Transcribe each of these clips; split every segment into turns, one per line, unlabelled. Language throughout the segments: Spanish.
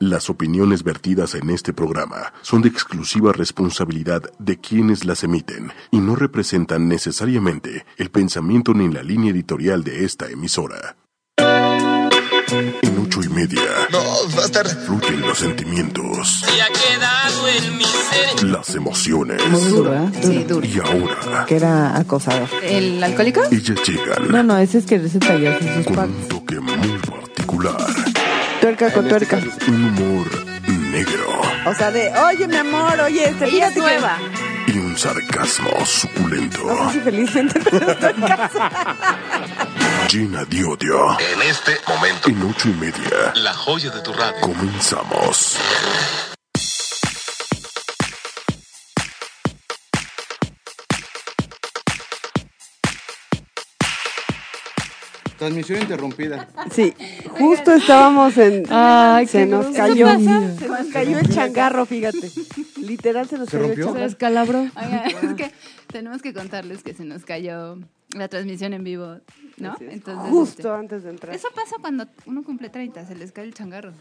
Las opiniones vertidas en este programa son de exclusiva responsabilidad de quienes las emiten y no representan necesariamente el pensamiento ni la línea editorial de esta emisora. En ocho y media
No, va a estar.
fluyen los sentimientos,
Ya quedado en mi ser.
las emociones.
Muy duro, ¿eh?
Sí, duro.
Y ahora,
Que era acosador.
¿El alcohólico?
ellas
No,
llegan
no, ese es que se talló sus
con
packs.
un toque muy particular,
Tuerca con tuerca.
un humor negro
O sea, de, oye, mi amor, oye, este,
Ella
fíjate
es
que-
nueva.
y un sarcasmo suculento.
No sé si felizmente, pero estoy en casa.
Gina Diodio.
En este momento,
En ocho y media
la joya de tu radio.
comenzamos.
Transmisión interrumpida.
Sí, justo estábamos en...
Ay,
se
qué
nos
duro.
cayó.
¿Eso pasa?
Se nos cayó el changarro, fíjate. Literal se nos
¿Se
cayó
rompió?
el changarro.
descalabró.
Oigan, es que tenemos que contarles que se nos cayó la transmisión en vivo, ¿no?
Así es.
Entonces,
Justo antes de entrar.
este, eso pasa cuando uno cumple 30, se les cae el changarro.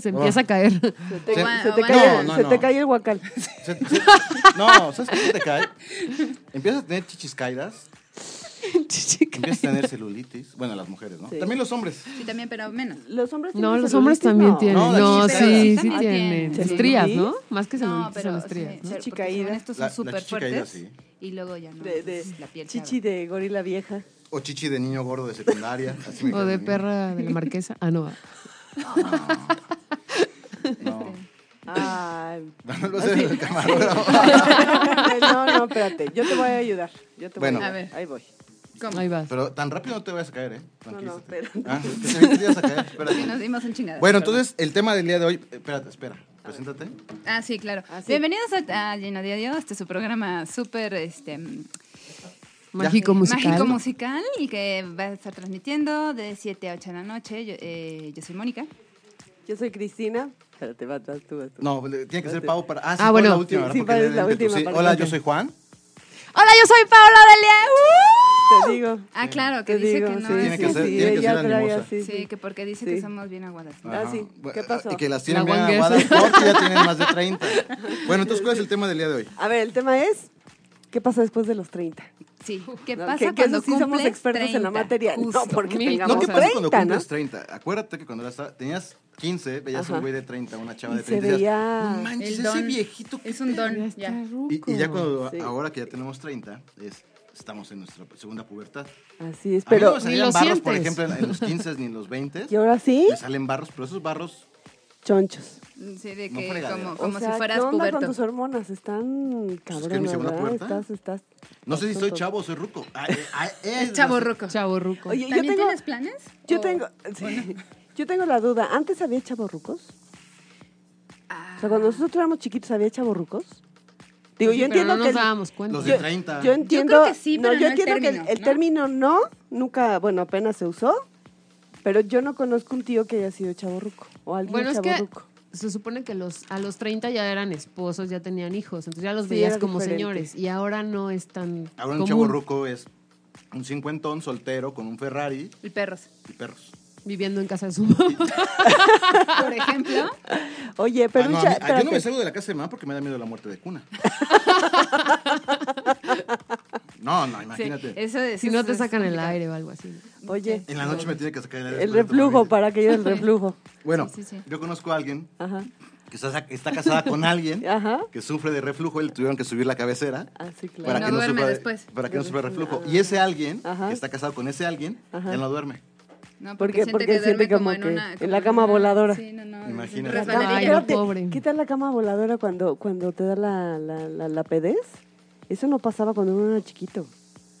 Se empieza a caer.
Se te,
Se-
se te
No,
cae,
no,
se
no.
te cayó el guacal.
Se- se- no, ¿sabes qué te cae? Empiezas a tener chichis caídas, empiezas a tener celulitis. Bueno, las mujeres, ¿no?
Sí.
También los hombres.
Sí, también, pero menos.
Los hombres
No, los hombres también tienen.
No,
No,
las
chicas
sí,
también.
sí
Ah,
tienen.
tienen.
Estrías, ¿no? Más que
No,
celulitis son
pero
estrías,
sí,
¿no?
porque
caída.
según estos
La-
son
la
súper
chichi caída,
fuertes
sí.
y luego ya no,
De, de-
pues, la piel
chichi de gorila vieja.
O chichi de niño gordo de secundaria. así me
O
cae
de
a mí.
perra de la marquesa. Ah, no.
No,
Ay.
no lo sé del camarógrafo.
no, no, espérate. Yo te voy a ayudar. Yo te
Bueno.
voy a,
A ver.
Ahí voy.
¿Cómo?
Ahí vas.
Pero tan rápido no te vayas a caer, ¿eh? Tranquilízate.
No, no,
Ah, que se me ibas a caer. espérate.
Sí, nos dimos un chingadazo.
Bueno, entonces, el tema del día de hoy... eh, Espérate, espera. Preséntate.
Ah, sí, claro.
Ah, sí.
Bienvenidos a, a Lleno de Dios, este es su programa súper este, mm,
Mágico musical.
mágico musical y que va a estar transmitiendo de 7 a 8 de la noche. Yo, eh, yo soy Mónica.
Yo soy Cristina. Espérate, vas, vas tú, vas tú.
No, le- tiene que ser Pau para... Ah, sí,
Ah,
Pau es la
bueno.
última.
Sí, sí,
¿verdad? Porque
Pau
le
es la
da ímpetu.
última,
Sí,
para
Hola,
que-
yo soy Juan.
Hola, yo soy Paola Delia.
Te digo.
Ah, claro, que
Te
dice
digo,
que no
sí,
Tiene
es. este,
que
sí,
ser-
sí,
tiene que
ella
ser
trae
animosa.
así,
sí,
sí.
que porque dice que
Sí.
somos bien aguadas. ¿no?
Ah,
Ajá.
sí.
Bu-
¿Qué pasó?
Y que las
La
tienen bien
Wangers.
aguadas porque ya tienen más de 30. Bueno, entonces, ¿cuál es el tema del día de hoy?
A ver, el tema es, ¿qué pasa después de los 30?
Sí, ¿qué
No,
pasa
que- que
cuando
eso sí somos
cumples
expertos en la
30?
materia. No,
Justo.
porque
Mil
tengamos
No, ¿qué
Vamos a-
pasa cuando
30, ¿no?
cumples 30? Acuérdate que cuando eras- tenías 15, veías
Ajá.
un güey de 30, una chava
Y
de
se
30. y decías,
veía
no manches,
el
ese
don.
viejito. que-".
Es un
¡Uh! Ya
don,
está
ya.
ruco.
Y, y ya cuando,
Sí.
ahora que ya tenemos 30, es, estamos en nuestra segunda pubertad.
Así es,
Pero,
pero...
a mí no me
Ni
salían
lo
barros, por
sientes.
ejemplo, en, en los 15 ni en los 20.
¿Y ahora sí?
Me salen barros, pero esos barros,
Chonchos.
Sí, de
No
que
fregadera.
como,
O
como
o sea,
si fueras
¿qué onda con
puberto.
tus hormonas? Están
Pues es
cabrón,
que mi segunda
¿verdad?
pubertad.
Estás, estás...
no sé si soy
tonto.
chavo o soy ruco. Ah, eh, ah, eh,
Es chavo
no sé.
ruco.
Chavo ruco.
Oye, yo
¿También
tengo...
tienes planes?
Yo
¿O-
tengo... sí. Yo tengo la duda. ¿Antes había chavorrucos?
Ah, Pues
O sea, cuando nosotros éramos chiquitos, ¿había chavorrucos? Digo, yo
pero
entiendo
no nos
que...
dábamos cuenta.
Los de
Yo,
30.
yo entiendo,
que sí,
no,
pero
yo
no el
entiendo
término,
que el, el
¿no?
término no, nunca, bueno, apenas se usó, pero yo no conozco un tío que haya sido chaborruco o alguien
Bueno, es que
chavorruco.
se supone que los, a los 30 ya eran esposos, ya tenían hijos, entonces ya los
Sí,
veías
era
como
diferente.
señores y ahora no es tan
Ahora un
común.
chavo ruco es un cincuentón soltero con un Ferrari
Y perros.
y perros.
viviendo en casa de su mamá.
Por ejemplo,
Oye, pero
Ah,
un
no, a
cha-
mí- ah, yo no me
espérate.
salgo de la casa de mi mamá porque me da miedo la muerte de cuna. no, no,
sí,
imagínate.
eso es-
Si no
eso
te
es
sacan el
complicado.
aire o algo así. ¿no?
Oye,
En la noche me tiene que sacar el aire.
el
porque
reflujo,
me-
para que yo el reflujo.
Bueno,
Sí, sí, sí.
yo conozco a alguien
Ajá,
que está, está casada con alguien
ajá.
que sufre de reflujo y le tuvieron que subir la cabecera.
Así ah, claro.
Para
no
que no
duerme
sufra, de-
después.
para que no sufra reflujo. Y ese alguien,
Ajá.
que está casado con ese alguien,
Ajá.
ya no duerme.
No,
¿Por
porque,
qué?
siente
Porque
que
siente
duerme como,
como
en
que
una...
en
como
la cama
una-
voladora.
Sí, no, no.
Imagínate.
es
La cama-
una
Ay,
resbaladilla.
no,
espérate,
pobre.
¿Qué tal la cama voladora cuando, cuando te da la, la, la, la pedez? Eso no pasaba cuando uno era chiquito.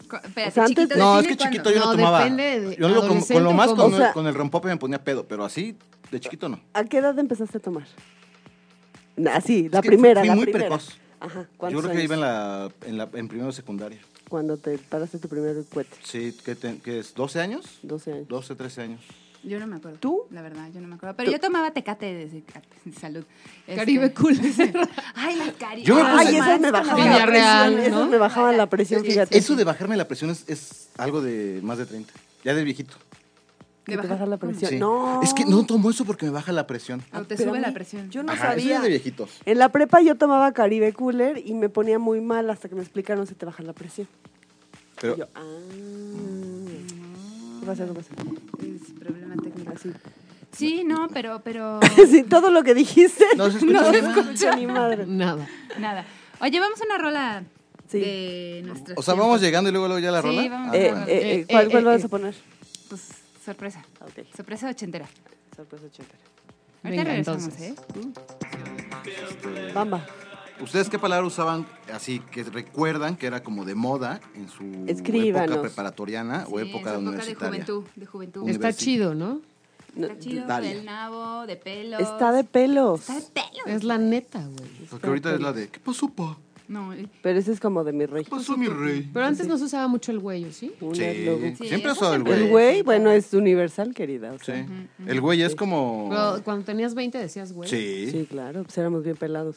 Co- espérate,
O sea, antes-
chiquito,
No, es que
define
chiquito
cuándo.
yo no,
No,
tomaba.
depende de-
yo digo, con, con lo
adolescente
más
o
con,
cómo. O sea-
con el rompope me ponía pedo, pero así de chiquito no.
¿A qué edad empezaste a tomar? Así,
Es
la
que
primera,
fui
la
muy
primera.
precoz.
Ajá,
Yo
¿cuántos
creo que
años?
iba en la en la en primero de secundaria.
cuando te paraste tu primer cohete?
Sí, que, te- que es 12 años,
12 años.
12, 13 años.
Yo no me acuerdo.
¿Tú?
La verdad, yo no me acuerdo. Pero yo tomaba tecate desde salud. Este-
Caribe Cool.
Ay, las caribes.
Yo me puse-
Ay, esas me bajaban la
Villarreal,
presión.
¿no?
Esas me bajaban la presión, fíjate.
Eso de bajarme la presión es, es algo de más de 30, ya de viejito.
Que te baja la presión.
Sí.
No.
Es que no tomo eso porque me baja la presión.
O te
Pero a
sube
mí-
la presión.
Yo no
Ajá, eso
sabía.
es de viejitos.
En la prepa yo tomaba Caribe Cooler y me ponía muy mal hasta que me explicaron se te baja la presión.
Pero
Yo, ah.
Mm.
¿Qué pasa? ¿Qué pasa?
Es problema técnico.
Así.
Sí, no, pero, pero
Sí, todo lo que dijiste.
no se escucha nada.
escucha ni madre.
Nada.
nada. Oye, vamos a una rola
Sí.
de nuestra.
O sea, vamos llegando y luego, luego ya la
Sí,
rola.
vamos.
Ah,
Eh,
bueno.
eh,
Eh,
eh, ¿Cuál,
eh,
cuál
eh,
vas
eh.
a poner?
Pues sorpresa.
Ah, Ok,
Sorpresa ochentera.
sorpresa ochentera.
Ahorita
Venga,
regresamos,
entonces.
¿eh?
Bamba.
¿Ustedes qué palabra usaban así que recuerdan que era como de moda en su
Escríbanos.
época preparatoriana o
Sí, en su
época
de
universitaria?
juventud, de juventud.
Universi-
Está chido, ¿no?
No,
Está chido,
Dalia.
del nabo, de pelo.
Está de pelos.
Está de pelo.
Es la neta, güey.
Porque ahorita es la de ¿Qué pasó, pa?
No, eh,
Pero ese es como de mi rey.
¿Qué pasó, mi rey?
Pero antes no se usaba mucho el güey, ¿o sí?
Una
Sí,
logo.
Sí,
siempre ha
eso
usado el
El
güey.
güey, bueno, es universal, querida. o
Sí.
sea.
El güey es como.
Pero cuando tenías 20 decías güey.
Sí.
Sí, claro, pues éramos bien pelados.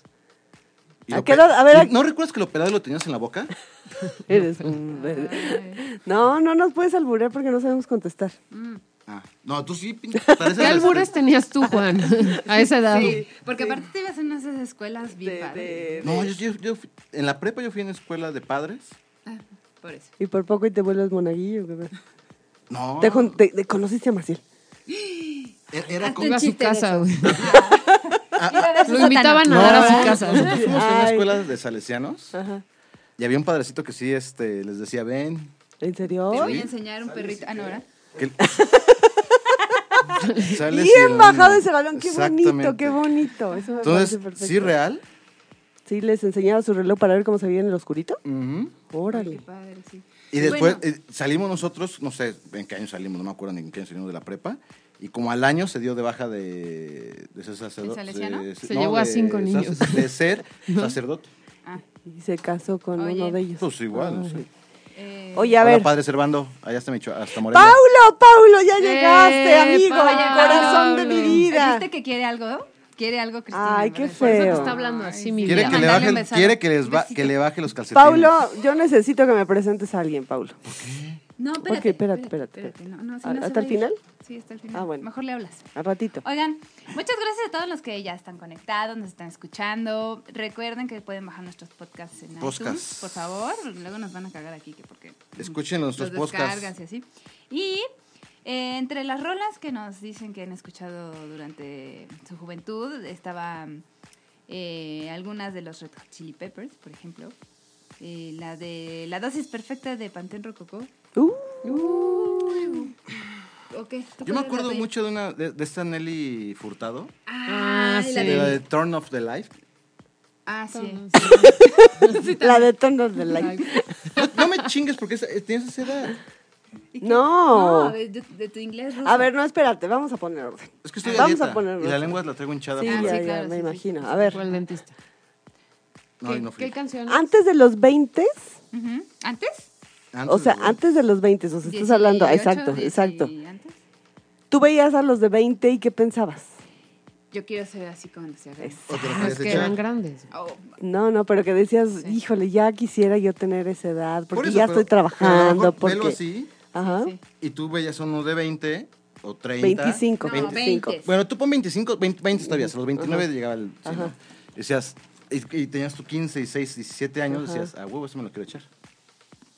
Y
¿A
lo
qué
pe-
edad? A ver, ¿a-
¿No recuerdas que lo pelado lo tenías en la boca?
Eres un bebé. No, no nos puedes alburear porque no sabemos contestar.
Ah. No, tú sí. pin- pareces
¿Qué
este-
albures tenías tú, Juan, a esa edad?
sí, porque aparte te ibas a unas escuelas bien padres.
No, yo, yo- yo fui- en la prepa yo fui en escuela de padres.
Ah, por eso.
Y por poco y te vuelves monaguillo. güey.
No.
Te, con- te- te conociste a Maciel.
Ah,
era- Era como.
Iba a su casa, güey. Lo
sótano.
invitaban a
No,
dar a su
nosotros
casa.
fuimos a una
Ay.
escuela de salesianos
Ajá.
y había un padrecito que sí este, les decía, ven.
¿En serio?
Te voy a enseñar un perrito. Ah, no, ¿verdad?
que- sales y
Bien
el-
bajado ese balón. Qué bonito,
Exactamente.
qué bonito. Eso me parece
Entonces,
perfecto.
sí, real.
Sí, les enseñaba su reloj para ver cómo se veía en el oscurito.
Ujú.
Qué
Órale.
padre, sí.
Y después
Bueno,
eh, salimos nosotros, no sé en qué año salimos, no me acuerdo ni en qué año salimos de la prepa. Y como al año se dio de baja de, de ser
¿El
sacerdote.
salesiano?
Se llevó a cinco niños.
De ser sacerdote.
ah,
Y se casó con
Oye.
uno de ellos.
Pues igual, no sé.
eh,
Oye, a
Hola,
ver.
padre Servando, allá hasta, Micho hasta Morelia.
Paulo, Paulo, ya llegaste,
Eh,
amigo.
Paulo.
Corazón de mi vida.
¿Viste que quiere algo? Quiere algo, Cristina.
Ay, qué
¿verdad?
Por eso que
feo.
está hablando así, mi
Quiere
vida.
que, le
Mandarle un
baje,
beso.
quiere que, les ba-
Besito.
que le baje los calcetines.
Paulo, yo necesito que me presentes a alguien, Paulo.
No, espérate.
Ok, espérate, espérate,
No, no, si
¿A-
no
hasta
se va
el
a ir.
final?
Sí, hasta el final.
Ah, bueno.
Mejor le hablas.
A ratito.
Oigan, muchas gracias a todos los que ya están conectados, nos están escuchando. Recuerden que pueden bajar nuestros podcasts en
Podcasts.
iTunes, por favor. Luego nos van a cagar aquí, que porque
Escuchen nuestros
los descargas
podcasts.
y así. Y eh, entre las rolas que nos dicen que han escuchado durante su juventud estaban eh, algunas de los Red Hot Chili Peppers, por ejemplo. Eh, la de la dosis perfecta de Pantén Rococó.
Uh,
Ok, ¿tú cuál
Yo me
es la
acuerdo
tuya?
mucho de, una, de, de esta Nelly Furtado,
Ah,
Ah,
y la
sí.
de la
de-
de Turn of the Life.
Ah, sí.
la de Thunder de Light.
No, no me chingues porque esa- eh, tienes esa edad.
¿Y qué?
No.
No, de, de- de tu inglés ruso.
A ver, no, espérate, vamos a poner orden.
Es que estoy a
Vamos a
dieta
poner
y la
otra.
lengua la traigo hinchada.
Sí,
por-
ya,
Ah, sí,
ya,
claro,
me
sí, sí.
imagino. A ver,
Fue al dentista.
No, y no
¿Qué
fui.
canción?
antes de los 20,
Ujú. ¿Antes?
o sea,
de-
antes de los 20, o sea, Pues estás hablando,
18,
exacto,
dieci-
exacto.
¿Antes?
Tú veías a los de 20 y qué pensabas.
Yo quiero ser así cuando sea grande.
O te lo
Los
querías
Pues que
echar.
eran grandes.
Oh,
No, no, pero que decías, híjole, ya quisiera yo tener esa edad,
Por
porque
eso,
ya
pero-
estoy
pero a lo
trabajando,
mejor
porque...
Pelo así
Ajá,
sí.
y tú veías uno de 20 o 30.
25,
No,
25.
20.
Bueno, tú pon 25, 20, 20 todavía, a los 29 llegaba el... sí, ¿no? Decías, y, y tenías tu 15, 16, 17 años, decías, ah, huevo, eso me lo quiero echar.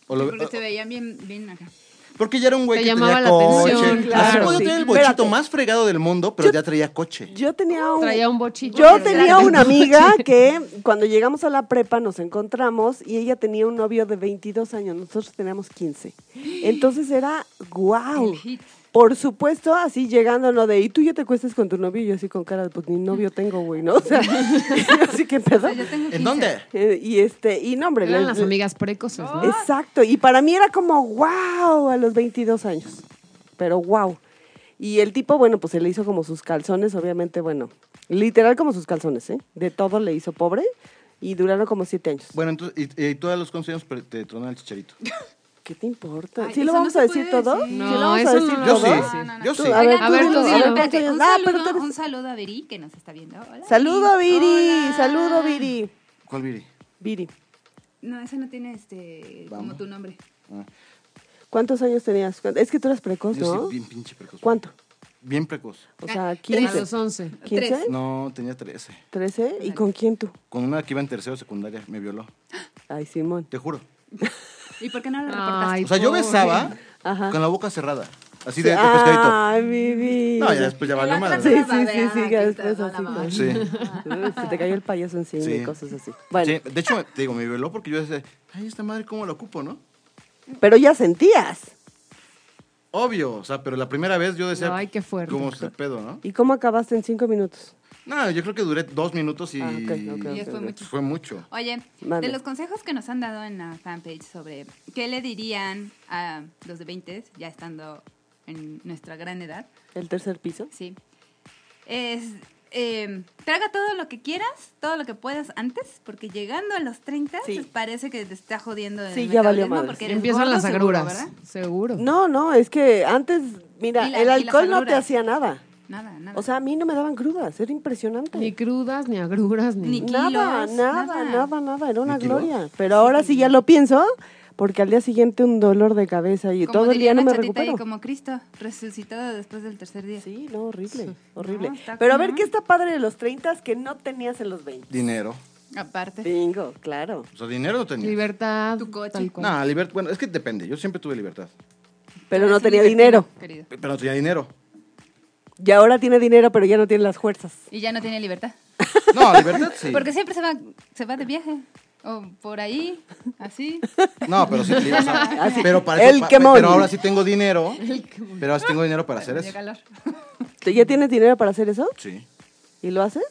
O lo-
porque
o-
se veían bien, bien acá.
porque ya era un güey
Te
que
llamaba
tenía
la
coche.
atención,
Así
claro.
podía
Sí.
tener el bochito
Espérate.
más fregado del mundo, pero ya traía coche.
Yo tenía un...
Traía un bochito.
Yo
pero
tenía
era-
una amiga que cuando llegamos a la prepa nos encontramos y ella tenía un novio de 22 años, nosotros teníamos 15. Entonces era wow.
El hit.
Por supuesto, así llegando lo de, ¿y tú ya te cuestas con tu novio? Y yo así con cara de, pues ni novio tengo, güey, ¿no? O sea, así que pedo.
O sea, yo tengo
¿En
15.
dónde?
Eh, y este, y no, hombre.
Eran
le-
las amigas precoces, ¿no?
Exacto, y para mí era como wow a los 22 años, pero wow. Y el tipo, bueno, pues se le hizo como sus calzones, obviamente, bueno, literal como sus calzones, ¿eh? De todo le hizo pobre. Y duraron como siete años.
Bueno, entonces, y, y todos los consejos pero te tronan el chicharito.
¿Qué te importa?
Ay,
¿Sí lo
eso
vamos
no
a
se
decir
puede
todo?
decir.
¿Sí
No,
lo vamos a
eso
decir
no
Yo
todo?
sí,
Ah,
yo sí.
Tú- a ver,
Oigan,
tú
un
dilo,
tú
saludo,
a ver,
espérate,
¿cuántos años?
un,
Ah, pero tú
saludo,
eres-
un saludo a Viri que nos está viendo. Hola,
Saludo, Viri.
Hola.
Saludo, Viri.
¿Cuál, Viri?
Viri,
No, ese no tiene este como
Vamos.
tu nombre.
Ah,
¿cuántos años tenías? Es que tú eras precoz,
yo
¿no?
sí, bien pinche precoz.
¿Cuánto?
Bien precoz.
O
Ah,
sea,
A
15,
los 11.
Tres.
15,
No, tenía 13.
13. ¿Y con quién tú?
Con una que iba en tercero de secundaria, me violó.
Ay, Simón.
Te juro.
¿Y por qué no lo reportaste?
Ay,
O sea, yo
pobre.
besaba
Ajá. Ah,
con la boca cerrada. Así de, de pescadito.
Ay, mi vida.
No, ya después ya
El
valió
otro
madre.
se
Sí,
va a
sí, sí,
ver,
sí,
aquí
ya
está,
después
no,
así.
no,
como-
no.
Sí.
Uy, Se te cayó el payaso encima
Sí.
y cosas así. Bueno,
Sí, de hecho, me- te digo, me violó porque yo decía, ay, esta madre, ¿cómo la ocupo, no?
pero ya sentías.
Obvio, o sea, pero la primera vez yo decía,
Ay, qué fuerte.
¿Cómo este pedo, no?
¿Y cómo acabaste en cinco minutos?
No, yo creo que duré dos minutos y.
Ah, ok, ok,
Y
ok,
fue
ok.
mucho.
Fue mucho.
Oye,
Vale.
de los consejos que nos han dado en la fanpage sobre qué le dirían a los de 20, ya estando en nuestra gran edad,
¿El tercer piso?
sí, es eh, traga todo lo que quieras, todo lo que puedas antes, porque llegando a los 30
Sí.
pues, parece que te está jodiendo el
Sí, ya valió
metabolismo
madres.
porque eres
Empiezan
gordo,
las
seguro,
agruras.
¿verdad?
Seguro.
No, no, es que antes, mira,
Y la-
el
y las
alcohol no te
agruras.
hacía nada.
Nada, nada.
O sea, a mí no me daban crudas, era impresionante.
Ni crudas, ni agruras, ni.
Ni-
nada,
kilos,
nada, nada,
nada.
nada, era una
¿Ni kilos?
gloria. Pero ahora sí ya lo pienso, porque al día siguiente un dolor de cabeza y
Como
todo el día
diría
no
la
me
chatita,
recupero.
Y como Cristo, resucitado después del tercer día.
Sí, no, horrible, horrible.
No, está
Pero a ver,
cañón.
¿qué está padre de los 30 que no tenías en los 20?
Dinero.
Aparte.
Bingo, claro.
O sea, dinero no tenía.
Libertad.
Tu coche.
tal cual.
No, libertad. Bueno, es que depende. Yo siempre tuve libertad.
Pero
Eres
no
un
tenía
libertino,
dinero.
querido.
Pero no tenía dinero.
Y ahora tiene dinero, pero ya no tiene las fuerzas.
Y ya no tiene libertad.
No, libertad sí.
Porque siempre se va, se va de viaje. O por ahí, así.
No, pero sí. te digo, o sea, pero para
El
eso, pa-
quemón.
Pero ahora sí tengo dinero. Pero ahora sí tengo dinero para hacer
De
eso.
calor.
¿Tú ya tienes dinero para hacer eso?
Sí.
¿Y lo haces?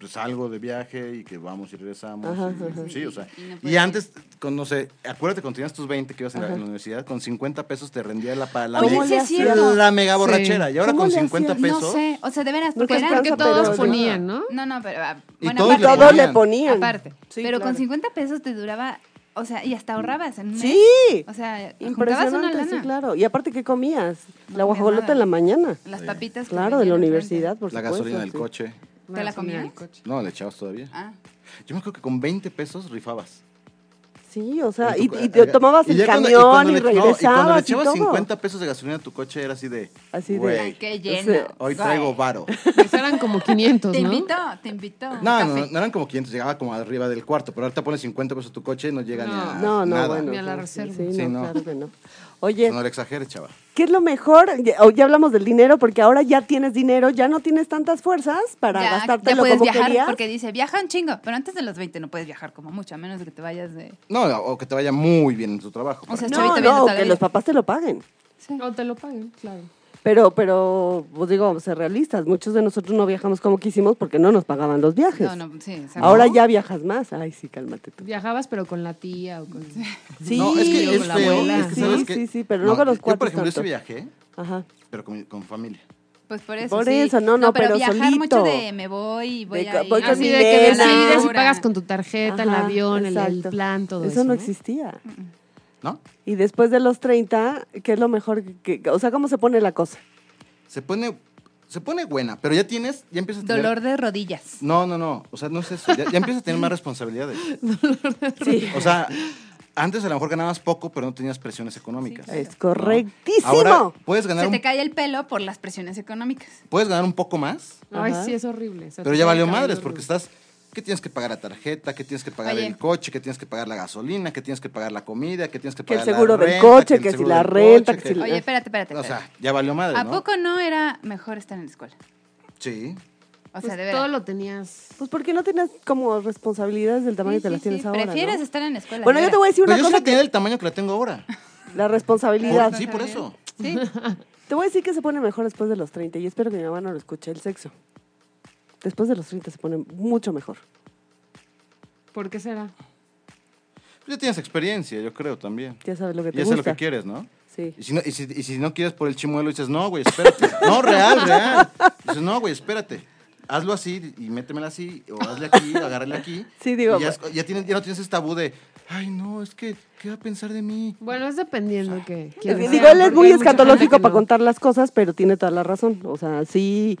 Pues salgo de viaje y que vamos y regresamos.
Ajá,
y-
ajá.
Sí, o sea.
Y no
Y,
puedes ir.
antes, con, no sé, acuérdate cuando tenías tus 20 que ibas en la, en la universidad, con 50 pesos te rendía la, pa- la,
Oye,
me-
sí es
la
cierto.
mega borrachera. Y ahora
¿Cómo
con
le
50
hacías?
pesos.
No sé. O sea, de
No
veras,
te
porque eran-
Que
alcanza,
todos
pero-
ponían, ¿no?
No, no, pero. ah,
Y
bueno,
todos
aparte-
le
Todo le
ponían.
ponían.
Aparte.
Sí,
pero
claro.
con 50 pesos te duraba. O sea, y hasta ahorrabas en un
Sí.
mes. O sea, juntabas una
Impresionante,
lana.
sí, claro. Y aparte, ¿qué comías?
No
la
comía
guajolota
nada.
en la mañana.
Las papitas. que
Claro, de la
vendían enfrente.
universidad, por
la
supuesto.
gasolina del
sí.
coche.
¿Te la comías?
en el coche.
No, le echabas todavía.
Ah.
Yo me acuerdo que con 20 pesos rifabas.
Sí, o sea,
En
Ah, y,
tu-
y te
eh,
tomabas el
ya cuando-
camión
y cuando
y
le- no, cuando le
regresabas y,
echabas
todo.
50 pesos de gasolina a tu coche era así de,
Así de,
güey,
Ay, qué
sea,
lleno.
hoy traigo varo.
Pues eran como 500, ¿no?
Te invito, te invito. a Ah, un
No,
café.
no, no eran como 500, llegaba como arriba del cuarto, pero ahorita pones 50 pesos a tu coche y no llega ni
No.
a
No, no,
nada.
bueno.
Ah, Ni a la
claro,
reserva.
Sí,
Sí,
no,
no.
claro que no.
O
Oye,
sea, No le exageres, chava.
¿Qué es lo mejor? Ya, o ya hablamos del dinero, porque ahora ya tienes dinero, ya no tienes tantas fuerzas para
Ya, ya
gastártelo
puedes
como
viajar
querías.
porque dice viaja un chingo, pero antes de los 20 no puedes viajar como mucho, a menos de que te vayas de...
No, no, o que te vaya muy bien en tu trabajo.
O sea,
Para-
No,
Chavita
no, que
viendo todavía.
los papás te lo paguen.
O te lo paguen, claro.
Pero, pero, pues digo, vamos a ser realistas, muchos de nosotros no viajamos como quisimos porque no nos pagaban los viajes.
No, no, sí. o sea,
Pues, Ahora
no.
ya viajas más. Ay, sí, cálmate tú.
Viajabas, pero con la tía o con.
Sí,
no, es que
o
es
con la
feo.
abuela.
es que
sí,
sabes
sí,
que-
sí, pero no, con los
Yo, por
cuates
ejemplo,
tanto.
ese viaje,
Ajá.
pero con, mi- con familia.
Pues por eso.
Por
sí.
eso, no, no, pero
viajar
solito.
mucho de me voy y voy
De-
a ir.
voy con
Así
mi
de que
nena.
decides y
Ahora.
pagas con tu tarjeta, el
Ajá,
avión, el, el
exacto.
plan, todo eso.
no
¿no?
existía.
¿No?
Y después de los 30, ¿qué es lo mejor? Que, que- o sea, ¿cómo se pone la cosa?
Se pone, se pone buena, pero ya tienes, ya empiezas a tener...
Dolor de rodillas.
No, no, no. O sea, no es eso. Ya, ya empiezas a tener más responsabilidades.
Sí.
O sea, antes a lo mejor ganabas poco, pero no tenías presiones económicas.
Es
¿no?
correctísimo.
Ahora puedes ganar,
Se te
un,
cae el pelo por las presiones económicas.
puedes ganar un poco más,
Ay,
Ajá.
sí, es horrible. Se
pero
te
ya
cae
valió
el cabello
madres porque
horrible.
estás... ¿Qué tienes que pagar la tarjeta? ¿Qué tienes que pagar
Oye.
el coche? ¿Qué tienes que pagar la gasolina? ¿Qué tienes que pagar la comida? ¿Qué tienes que
Que el
pagar
seguro
la
del
renta?
coche,
el
que si
seguro
la
del
renta,
coche,
que si la-
Oye, espérate, espérate.
O
espérate.
sea, ya valió madres,
¿A
¿no?
poco no era mejor estar en la escuela?
Sí.
O sea,
Pues
de verdad.
todo lo tenías.
Pues porque no tenías como responsabilidades del tamaño que las tienes ahora.
Prefieres
¿no?
estar en la escuela.
Bueno,
de
yo te voy a
veras.
decir una
Pero Pues yo sí
cosa.
la tenía
Que,
del tamaño que la tengo ahora.
la responsabilidad.
Por- sí, por eso.
Sí.
Te voy a decir que se pone mejor después de los 30 y espero que mi mamá no lo escuche, el sexo. Después de los 30 se pone mucho mejor.
¿Por qué será?
Pues Ya tienes experiencia, yo creo, también.
Ya sabes lo que te
Ya sé
gusta.
lo que quieres, ¿no?
Sí.
Y si no, y si, y si no quieres por el chimuelo, dices, no, güey, espérate. no, real, real. Dices, no, güey, espérate. hazlo así y métemela así, o hazle aquí, agárrale aquí.
Sí, digo, pues.
y ya, es- ya tienes- ya no tienes ese tabú de, ay, no, es que, ¿qué va a pensar de mí?
Bueno, es dependiendo que
Es que digo, él es muy escatológico para
contar
contar las cosas, pero tiene toda la razón. O sea, sí,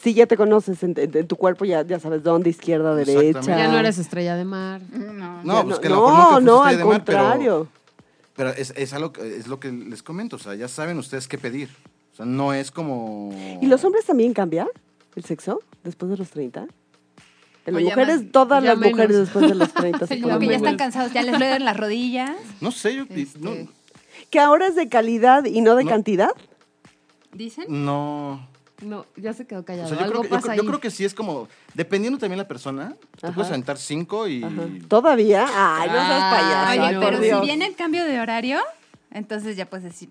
sí ya te conoces en, en- en tu cuerpo, ya, ya sabes dónde, izquierda,
Exactamente.
derecha.
Ya no eres estrella de mar.
No.
No,
Ah, Ya
pues que a lo mejor
no, no,
nunca fuiste
al
de mar, pero-
contrario.
Pero es, es, algo, que- es lo que les comento, o sea, ya saben ustedes qué pedir. O sea, no es como...
¿Y los hombres también cambia el sexo después de los 30? En
O
las
ya
mujeres,
más-
todas
ya
las mujeres
menos.
después de los 30. se
Sí,
ponen
como que ya
muy
están cansados, ya les duelen las rodillas.
No sé, yo...
Este-
No,
buenas. Que ahora es de calidad y no de
No.
cantidad.
¿Dicen?
no.
No, ya se quedó
O
callado.
sea, yo, creo
Algo
que, yo,
pasa
creo-
ahí.
yo creo que sí es como, dependiendo también la persona, te
Ajá.
puedes aventar cinco y...
Ajá. ¿Todavía? Ay, no seas
Ay,
payaso.
Oye,
ay,
no.
pero
por Dios.
si viene el cambio de horario, entonces ya puedes decir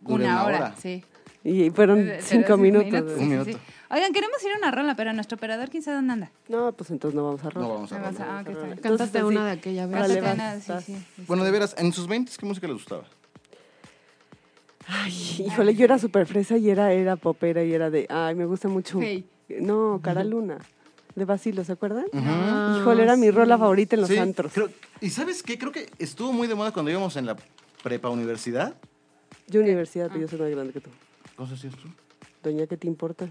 dura
una, hora. Sí.
Y fueron
Eh, Pero
cinco minutos.
sí,
Un
sí,
minuto.
sí. Oigan, queremos ir a una rola, pero nuestro operador, ¿quién sabe dónde anda?
No, pues entonces no vamos a
No
robar.
vamos a
Me vas
hablar.
a- ah, ok, está bien.
Entonces,
Cántate
así,
una de aquella vez.
Órale,
Cántate
vas,
una, sí,
vas.
sí, sí.
Bueno, de veras, en sus 20 ¿qué música les gustaba?
Ay, híjole, yo era súper fresa y era, era popera y era de, ay, me gusta mucho.
Hey.
No, Cara Luna, de Basilo, ¿se acuerdan?
Ah,
Híjole, era mi rola favorita en los
Sí,
antros.
creo- ¿Y sabes qué? Creo que estuvo muy de moda cuando íbamos en la prepa universidad.
Yo universidad, pero yo soy más grande que tú.
¿Cómo se hacías tú?
Doña, ¿qué te importa?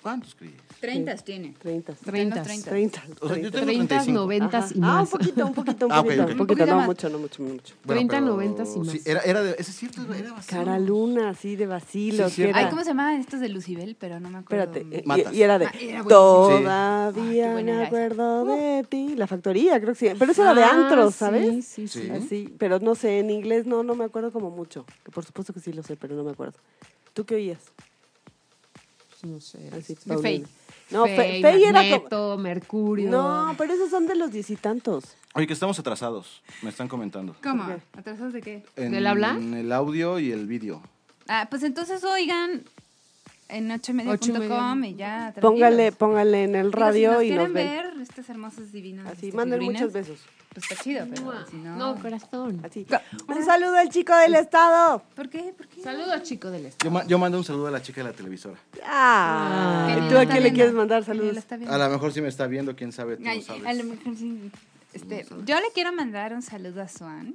¿Cuántos creías?
Treintas tiene.
Treintas.
Treintas.
Treintas.
Treintas.
O sea, yo
treintas.
tengo
30,
35.
90 y
Ah, un
más.
poquito, un poquito, un poquito.
Ah, ok, ok.
Un
Un
poquito,
poquito
no
más.
mucho, no mucho, no mucho.
30,
pero-
90 y más.
Sí, era, era de... Ese es cierto, era vacío.
Cara Luna, así de Basilo.
Sí,
que
cierto.
era-
Ay, ¿cómo se llamaban estos de Lucibel? Pero no me acuerdo.
Espérate, eh,
Matas.
y, y era de
Ah, era buenísimo. Ay, qué
Todavía
buena
me
era esa.
acuerdo de ti, la factoría, creo que sí, pero eso era de antros, ¿sabes?
Ah, Sí, sí,
Sí.
Así, pero no sé, en inglés no, no me acuerdo como mucho. Que por supuesto que sí lo sé, pero no me acuerdo. ¿Tú qué oías?
No sé.
Así,
este,
Paulina.
Fey.
No, Fe-
Fey,
Fey era
Magneto, Mercurio.
No, pero esos son de los diez y tantos.
Oye, que estamos atrasados, me están comentando.
¿Cómo? ¿Atrasados de qué?
En
¿Del habla?
el audio y el vídeo.
Ah, pues entonces oigan en ochoymedia.com y ya. tranquilos.
Póngale, póngale en el
Digo,
radio
si
y
nos
nos
quieren
ven.
ver estas hermosas divinas.
Así,
este,
manden
figurinas,
muchos besos.
Pues está chido, pero si no.
No, corazón.
Así. Un saludo al chico del estado.
¿Por qué? ¿Por qué?
Saludos, chico del estado.
Yo, ma- yo mando un saludo a la chica de la televisora.
Ah,
Que ni
¿tú
lo
a
está
quién le
viendo.
quieres mandar
Que ni lo
saludos?
está viendo.
A lo mejor si me está viendo, quién sabe, tú Ah, pues no
Ay, a lo
sabes.
mejor sí. Este, yo le quiero mandar un saludo a Swan.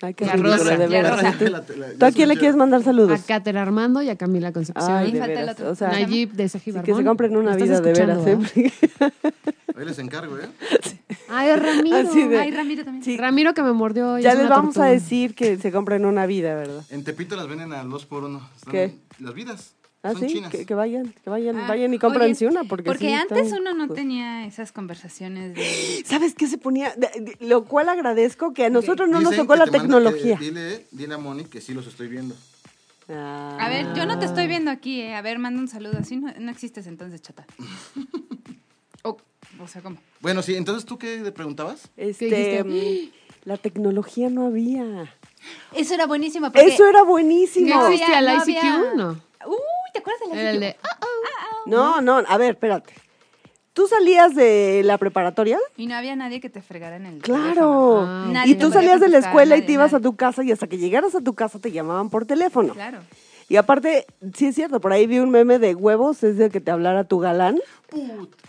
Ay, qué
La
ridículo,
Rosa,
de
la
veras.
Rosa.
¿Tú-
La- la-
¿Tú a
la
quién le
escuché.
quieres mandar saludos?
A Cater Armando y a Camila Concepción.
Ay,
Sí,
de
falta el
veras.
otro.
O sea,
Nayib de
sí,
Sejibarbón.
que se compren una vida de veras. ¿eh?
Ahí les encargo, ¿eh?
Ay, es Ramiro.
Así de-
Ay, Ramiro también.
Sí.
Ramiro que me mordió. y
Ya
es
les
una
vamos a
tortuga.
decir que se compren una vida, ¿verdad?
En Tepito las venden a dos por uno. Están-
¿Qué?
Las vidas.
Ah,
Son
sí,
chinas.
que, que vayan, que vayan,
Ah,
vayan y cómprense
oye,
una. Porque, sí pues.
antes
están-
uno no tenía esas conversaciones de...
¿Sabes qué se ponía? De- de- lo cual agradezco que a nosotros no nos
Dicen
tocó
que
la
te manda-
tecnología.
que dile, dile a Moni que sí los estoy viendo.
Ah.
A ver, yo no te estoy viendo aquí, ¿eh? A ver, manda un saludo. Así no, no existes entonces, chata. O- o sea, ¿cómo?
Bueno, sí, entonces tú qué le preguntabas?
Este,
dijiste?
mm, la tecnología no había.
Eso era buenísimo. Porque
Eso era
¿No
buenísimo.
había-
existe al ICQ?
había-
No.
Uy, ¿te acuerdas de
Era
la
el de. ah, ah,
No, no, a ver, espérate. ¿Tú salías de la preparatoria?
Y no había nadie que te fregara en el teléfono.
Claro.
Ah,
Nadie
y
te
tú
podía
salías de la
contestar,
escuela y
nadie,
te ibas a
nadie.
tu casa y hasta que llegaras a tu casa te llamaban por teléfono.
Claro.
Y aparte, sí es cierto, por ahí vi un meme de huevos, es de que te hablara tu galán.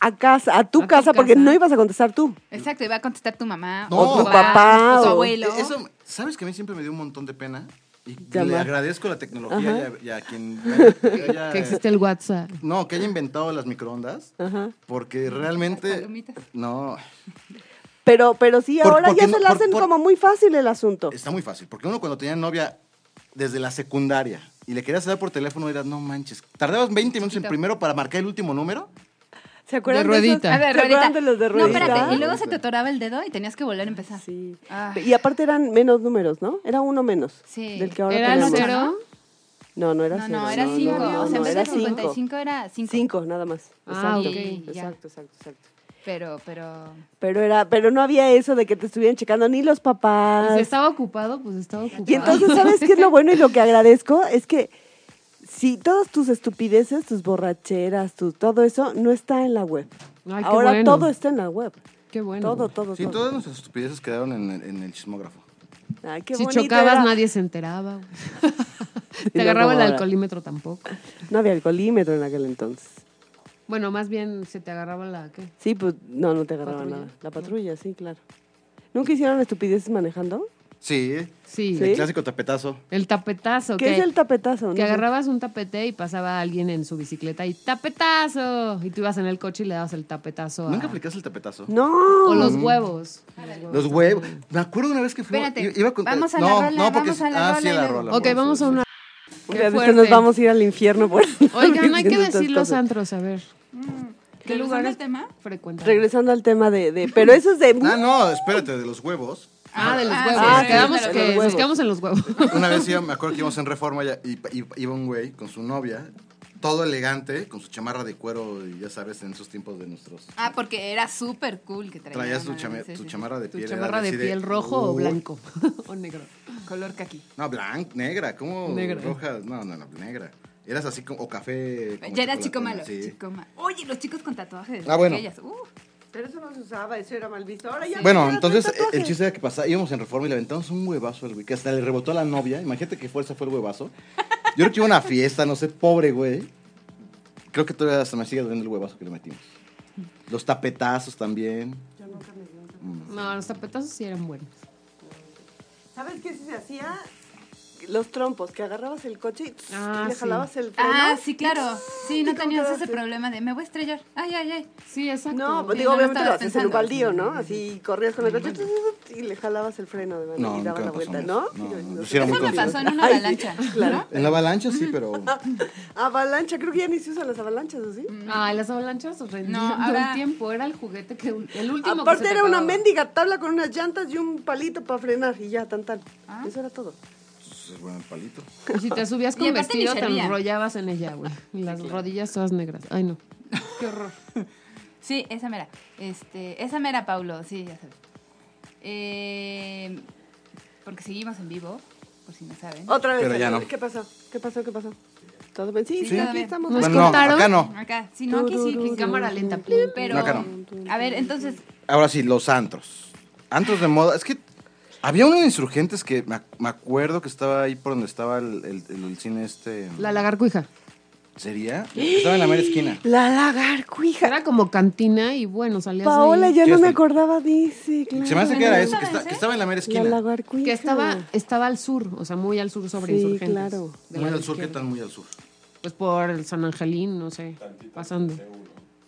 A casa, a tu
A tu
casa, porque
casa.
no ibas a contestar tú.
Exacto, iba a contestar tu mamá.
No, o tu
papá,
O tu
o-
abuelo.
E-, Eso, ¿sabes que a mí siempre me dio un montón de pena? Y le
Llamar.
agradezco la tecnología y a, y a quien que haya-
Que existe el WhatsApp.
no, que haya inventado las microondas,
Ajá.
porque realmente
palomitas.
no
Pero, pero sí,
Por-
ahora
porque
ya
no-
se lo
por-
hacen
por-
como muy fácil el asunto.
está muy fácil, porque uno cuando tenía novia desde la secundaria y le querías hablar por teléfono era no manches, tardabas 20 minutos en primero para marcar el último número.
¿Se acuerdan
De
de, esos-
ruedita.
A ver,
¿Se acuerdan
ruedita.
de los de
No,
ruedita?
espérate. Y luego se te atoraba el dedo y tenías que volver a empezar.
Sí.
Ah.
Y aparte eran menos números, ¿no? Era uno menos.
Sí.
Del que ahora
Era el
tenemos.
cero.
No, no era
No,
cero.
no, era
no,
5.
no,
o sea,
no,
en vez
era
de
cinco.
55 era 5.
Cinco, nada más.
Ah,
Exacto,
ok, ya.
exacto, exacto, exacto.
Pero, pero.
Pero era, pero no había eso de que te estuvieran checando ni los
Si
papás.
estaba ocupado, pues estaba ocupado.
Ah, Y entonces, ¿sabes qué es lo bueno y lo que agradezco? Es que si todas tus estupideces, tus borracheras, tu, todo eso, no está en la web.
Ay, qué
Ahora
bueno.
todo está en la web.
Qué bueno.
Todo, todo,
Sí,
todo.
todas nuestras estupideces quedaron en, el- en el chismógrafo.
Ay, qué
si
bonito
chocabas,
era.
nadie se enteraba. güey.
Y
Te agarraba
luego
el
ahora.
alcoholímetro tampoco.
No había alcoholímetro en aquel entonces.
Bueno, más bien se te agarraba la ¿qué?
Sí, pues no, no te agarraban
¿Patrulla?
nada. La patrulla, sí, claro. ¿Nunca hicieron estupideces manejando?
Sí,
Sí.
el clásico tapetazo.
El tapetazo.
¿Qué
que,
es el tapetazo? No
que
sé.
agarrabas un tapete y pasaba alguien en su bicicleta y ¡tapetazo! Y tú ibas en el coche y le dabas el tapetazo. a-
¿Nunca aplicas el tapetazo?
No.
O los huevos.
Los huevos. Me acuerdo una vez que fui.
Espérate,
Iba con...
vamos a la
no,
rola,
no, porque
vamos a la
ah, sí,
rola y
la
luego-
rola.
Ok,
por
vamos a
eso,
una...
Ya
Qué
ves que
fuerte.
nos vamos a ir al infierno por
Oigan, no hay que
diciendo estas
decir los
cosas.
antros, a ver. ¿Qué
¿Regresando
lugares
al tema?
frecuentan?
Regresando al tema de, de- Pero eso es de...
Ah, no, espérate, de los huevos.
Ah, de los
Ah,
huevos.
sí,
Nos
sí,
quedamos
de los
que nos
huevos.
quedamos en los huevos.
Una vez iba- me acuerdo que íbamos en reforma ya- y, y- iba un güey con su novia, todo elegante, con su chamarra de cuero, y ya sabes, en esos tiempos de nuestros.
Ah, porque era súper cool que traías.
Traías tu, chame- tu chamarra de
¿Tu
piel. era
chamarra de
así
piel rojo o
Uy.
blanco? o negro.
Color caqui.
No, blanca, negra, ¿cómo?
Negra.
Roja, no, no, no, negra. Eras así como, o café. como
Ya era chico
chocolatona,
malo.
sí.
Chico malo. Oye, los chicos con tatuajes.
Ah, bueno.
aquellas, uh,
Pero eso no se usaba, eso era mal visto. Ahora ya
Bueno, entonces eh, el chiste era que pasaba, íbamos en reforma y le aventamos un huevazo al güey, que hasta le rebotó a la novia. Imagínate qué fuerza fue el huevazo. Yo creo que iba a una fiesta, no sé, pobre güey. Creo que todavía hasta me sigue dando el huevazo que le metimos. Los tapetazos también.
No, los tapetazos sí eran buenos.
¿Sabes qué sí se hacía? Los trompos, que agarrabas el coche y, tss,
Ah,
y le
sí.
jalabas el freno.
Ah, sí, claro. Sí, no
¿Cómo
tenías
quedaste?
ese problema de me voy a estrellar. Ay, ay, ay.
Sí, exacto.
No, pues
Sí,
digo,
no lo
obviamente
estabas
lo hacías en
pensando.
un baldío, ¿no? Así corrías con el coche tss, y le jalabas el freno de mano
No,
y
nunca
dabas
me
la
pasó
vuelta,
eso.
¿no?
No,
Digo,
no,
sé.
sí era muy
Eso me
confuso.
pasó en una
Ay,
avalancha.
claro.
En la avalancha sí, pero pues,
Avalancha, creo que ya ni se usan las avalanchas, ¿o sí?
Ay, las avalanchas os rendían
No,
todo
ahora-
el tiempo. Era el juguete que... El último
Aparte
que se te
era una
acababa.
mendiga tabla con unas llantas y un palito para frenar y ya, tan tan. Eso era todo.
pues, es bueno el palito.
Y si te subías
Y
con
aparte ni
vestido, te
servían.
enrollabas en ella, güey. Y las rodillas todas negras. Ay, no. Qué horror.
Sí, esa mera. Este, esa mera, Paulo, sí, ya sabes. Eh, porque seguimos en vivo, por si no saben.
Otra vez.
Pero ya no.
¿Qué pasó? ¿Qué pasó? ¿Qué pasó? ¿Todo bien? Sí,
Sí,
sí,
todo
aquí
bien.
estamos.
Nos
Bueno, no,
contaron.
acá no.
Acá, si no, aquí sí, que
En cámara lenta.
Pero,
No, acá
a ver, entonces,
Ahora sí, los antros. Antros de moda. Es que había uno de insurgentes que me, ac- me acuerdo que estaba ahí por donde estaba el, el- el- el cine este.
La lagarcuija.
¿Sería? Estaba en la mera esquina.
La lagarcuija.
Era como cantina y bueno, salías
Paola,
ahí.
ya no
Yo
me
estoy-
acordaba de ese, claro.
Se me hace que era eso, que,
¿Sabes
esta-
ese?
que estaba en la mera
¿eh? La
esquina.
lagarcuija.
Que estaba, estaba al sur, o sea, muy al sur sobre
Sí,
insurgentes.
claro.
De
Muy
la
al sur, ¿qué
izquierda.
tan muy al sur?
Pues por el San Angelín, no sé, pasando.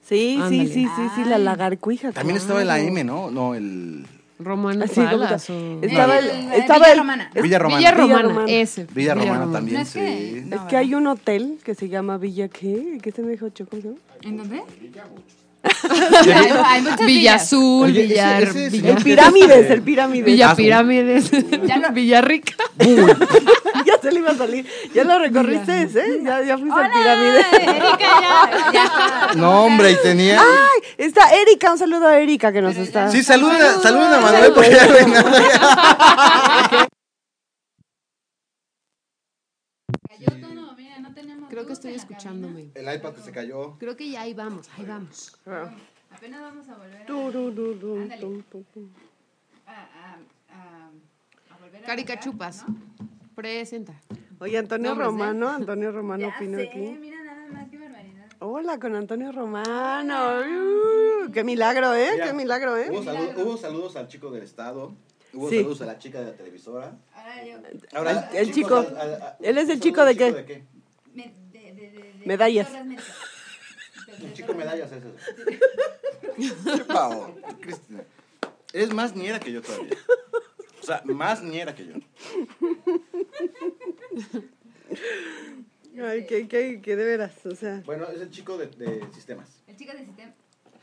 Sí,
Ándale.
sí, sí, sí, sí, la lagarcuija.
También estaba en la M, ¿no? No, el
Romano
Así como
Palas o...
que- Estaba
El-
el.
el
Estaba
Villa
el.
Romana.
es-
Villa Romana.
Villa Romana,
Romana.
ese.
Villa Romana también,
No es que-
sí.
no.
Es que hay un hotel que se llama Villa ¿qué? ¿Qué se me dijo Choco?
¿en dónde? hay, hay muchas
Villa
villas.
Azul,
Oye, ese-
Villa,
ese es-
Villa,
El pirámides, el pirámides.
Villa
Ah, sí.
Pirámides,
Ya lo-
Villa Rica.
ya se le iba a salir. Ya lo recorriste, ¿eh? Ya, ya fuiste
¡Hola!
al pirámide.
Erika, ya. ya.
No, hombre, y tenía.
Ay, está Erika, un saludo a Erika que nos está.
Sí, saluden a, saluden a Manuel porque ya ven, ¿no?
Cayó todo, mira, no tenemos
Creo que
luz
estoy
en la cabina.
escuchándome.
El iPad que se cayó.
Creo que ya ahí vamos, ahí vamos.
Apenas vamos a volver
Tu,
a-
ru, ru, ru, tu, tu, tu.
a- a- a volver a
Caricachupas, presenta.
Oye, Antonio
Nombres, ¿eh?
Romano, Antonio Romano
pues, Ya
Pino
sé,
aquí.
mira nada más, qué barbaridad.
Hola con Antonio Romano. Uh, qué milagro, ¿eh? Qué milagro, ¿eh?
Hubo, saludos- hubo saludos al chico del Estado. Hubo
Sí.
saludos a la chica de la televisora.
Ahora yo,
Ahora,
El
chicos,
chico.
a- a- a-
Él es el
saludos
chico
al
de qué?
me- de- de- de- de-
Medallas.
todas las medallas.
El chico medallas es eso. Pavo, Cristina. Eres más niera que yo todavía. O sea, más niera que yo.
Ay, qué, qué, qué de veras, o sea.
Bueno, es el chico de, de sistemas,
El chico de sistema.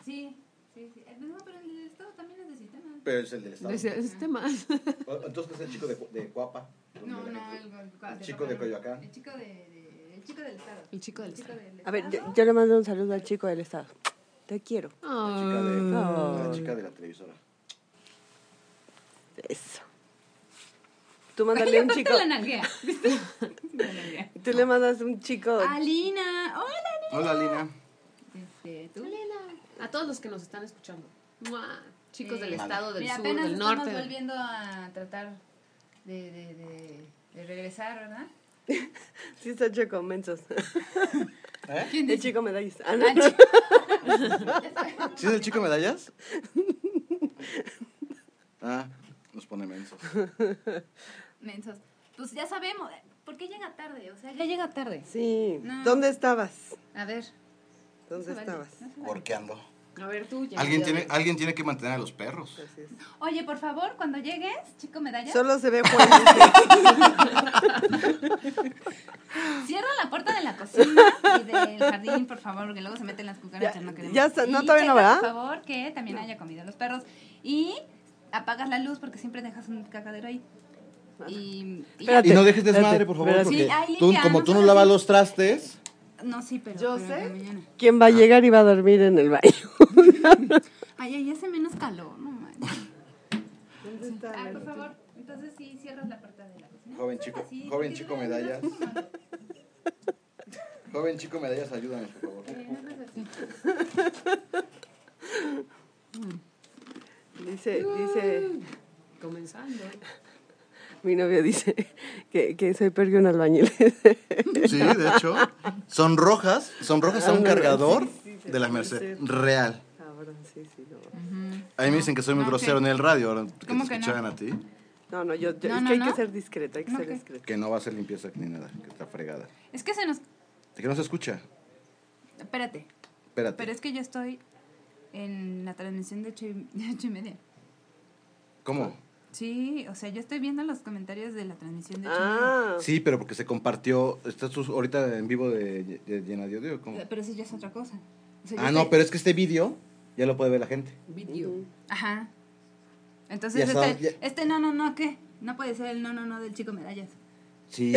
Sí, sí, sí. Eh, No, pero el de Estado también es de sistema.
pero es el del Estado.
Decía, este más.
O- Entonces es el chico de, Cu- de Cuapa.
No, no, el,
chico de Coyoacán.
El chico de, de- el chico del Estado.
El chico del
El chico del
A ver, yo,
Estado.
yo le mando un saludo al chico del Estado. Te quiero.
La chica de,
Ah.
la chica de la televisora.
Eso. Tú mándale un chico.
La nalguea. ¿Viste? La nalguea.
Tú le mandas un chico.
Alina. Hola,
Hola, Lina.
Alina. Este, tú.
A todos los que nos están escuchando. ¡Mua! Chicos
Sí.
del estado, del
Mira,
sur,
apenas
del
estamos
norte. del-
volviendo a tratar de, de, de, de regresar, ¿verdad?
Sí, está choco, mensos.
¿Quién
El
dice?
chico medallas. Ah, no.
Ah, chico.
¿Sí es el chico medallas? Ah, nos pone mensos.
Mensos. Pues ya sabemos. ¿Por qué llega tarde? O sea, ya llega tarde.
Sí.
No.
¿Dónde estabas?
A ver.
¿Dónde
no se vale,
estabas?
no se vale.
Gorqueando.
A ver tú, ya.
¿Alguien tiene, alguien tiene que mantener a los perros.
Así es.
Oye, por favor, cuando llegues, chico medalla,
Solo se ve Juan.
cierra la puerta de la cocina y del jardín, por favor, porque luego se meten las cucarachas.
Ya-
no queremos.
ya está- no,
Y
todavía no,
checa, Por
¿verdad?
favor, que también haya comido los perros. Y apagas la luz porque siempre dejas un cacadero ahí. Y, y ya.
Espérate.
Y no dejes desmadre,
espérate,
por favor,
espérate.
porque
Sí, ahí
tú,
limpia,
como
no
tú no
seas
lavas
así.
los trastes,
No, sí, pero.
Yo
pero
sé.
de mañana.
¿Quién va a llegar y va a dormir en el baño?
Ay, ay, hace menos calor, no manches. Ay, por favor, entonces sí cierras la puerta de la cocina.
Joven chico-
Sí,
joven
porque no-
chico
no
medallas.
es como-
joven chico medallas, ayúdame, por favor.
no es así.
Dice, dice,
Comenzando.
mi novio dice que, que soy perro y un albañil.
Sí, de hecho, son rojas, son rojas a un
Ah, no,
cargador
sí, sí, sí,
de la
sí,
Merced,
sí.
real.
Cabrón, sí, sí, no.
A mí me dicen que soy muy
No,
grosero
¿qué?
en el radio, ahora que te
Ah, ¿Cómo que no?
escucharan a ti,
No, no, yo, yo-
No,
es
no,
que hay
no.
que ser discreto, hay que
No,
ser
¿qué?
discreto.
que no va a hacer limpieza ni nada, que está fregada.
Es que se nos.
Que no se escucha.
Espérate,
Espérate.
pero es que yo estoy en la transmisión de ocho y, de ocho y media.
¿Cómo?
Sí, o sea, yo estoy viendo los comentarios de la transmisión de ocho
Ah,
Sí, pero porque se compartió. Estás tú ahorita en vivo de, de llena de odio.
y
¿cómo?
media. Pero eso ya es otra cosa. O sea, yo
Ah, no,
estoy-
pero es que este vídeo ya lo puede ver la gente.
Video.
Ajá. Entonces,
Ya sabes,
este,
ya-
este no, no, no, ¿qué? No puede ser el no, no, no del chico medallas.
Sí,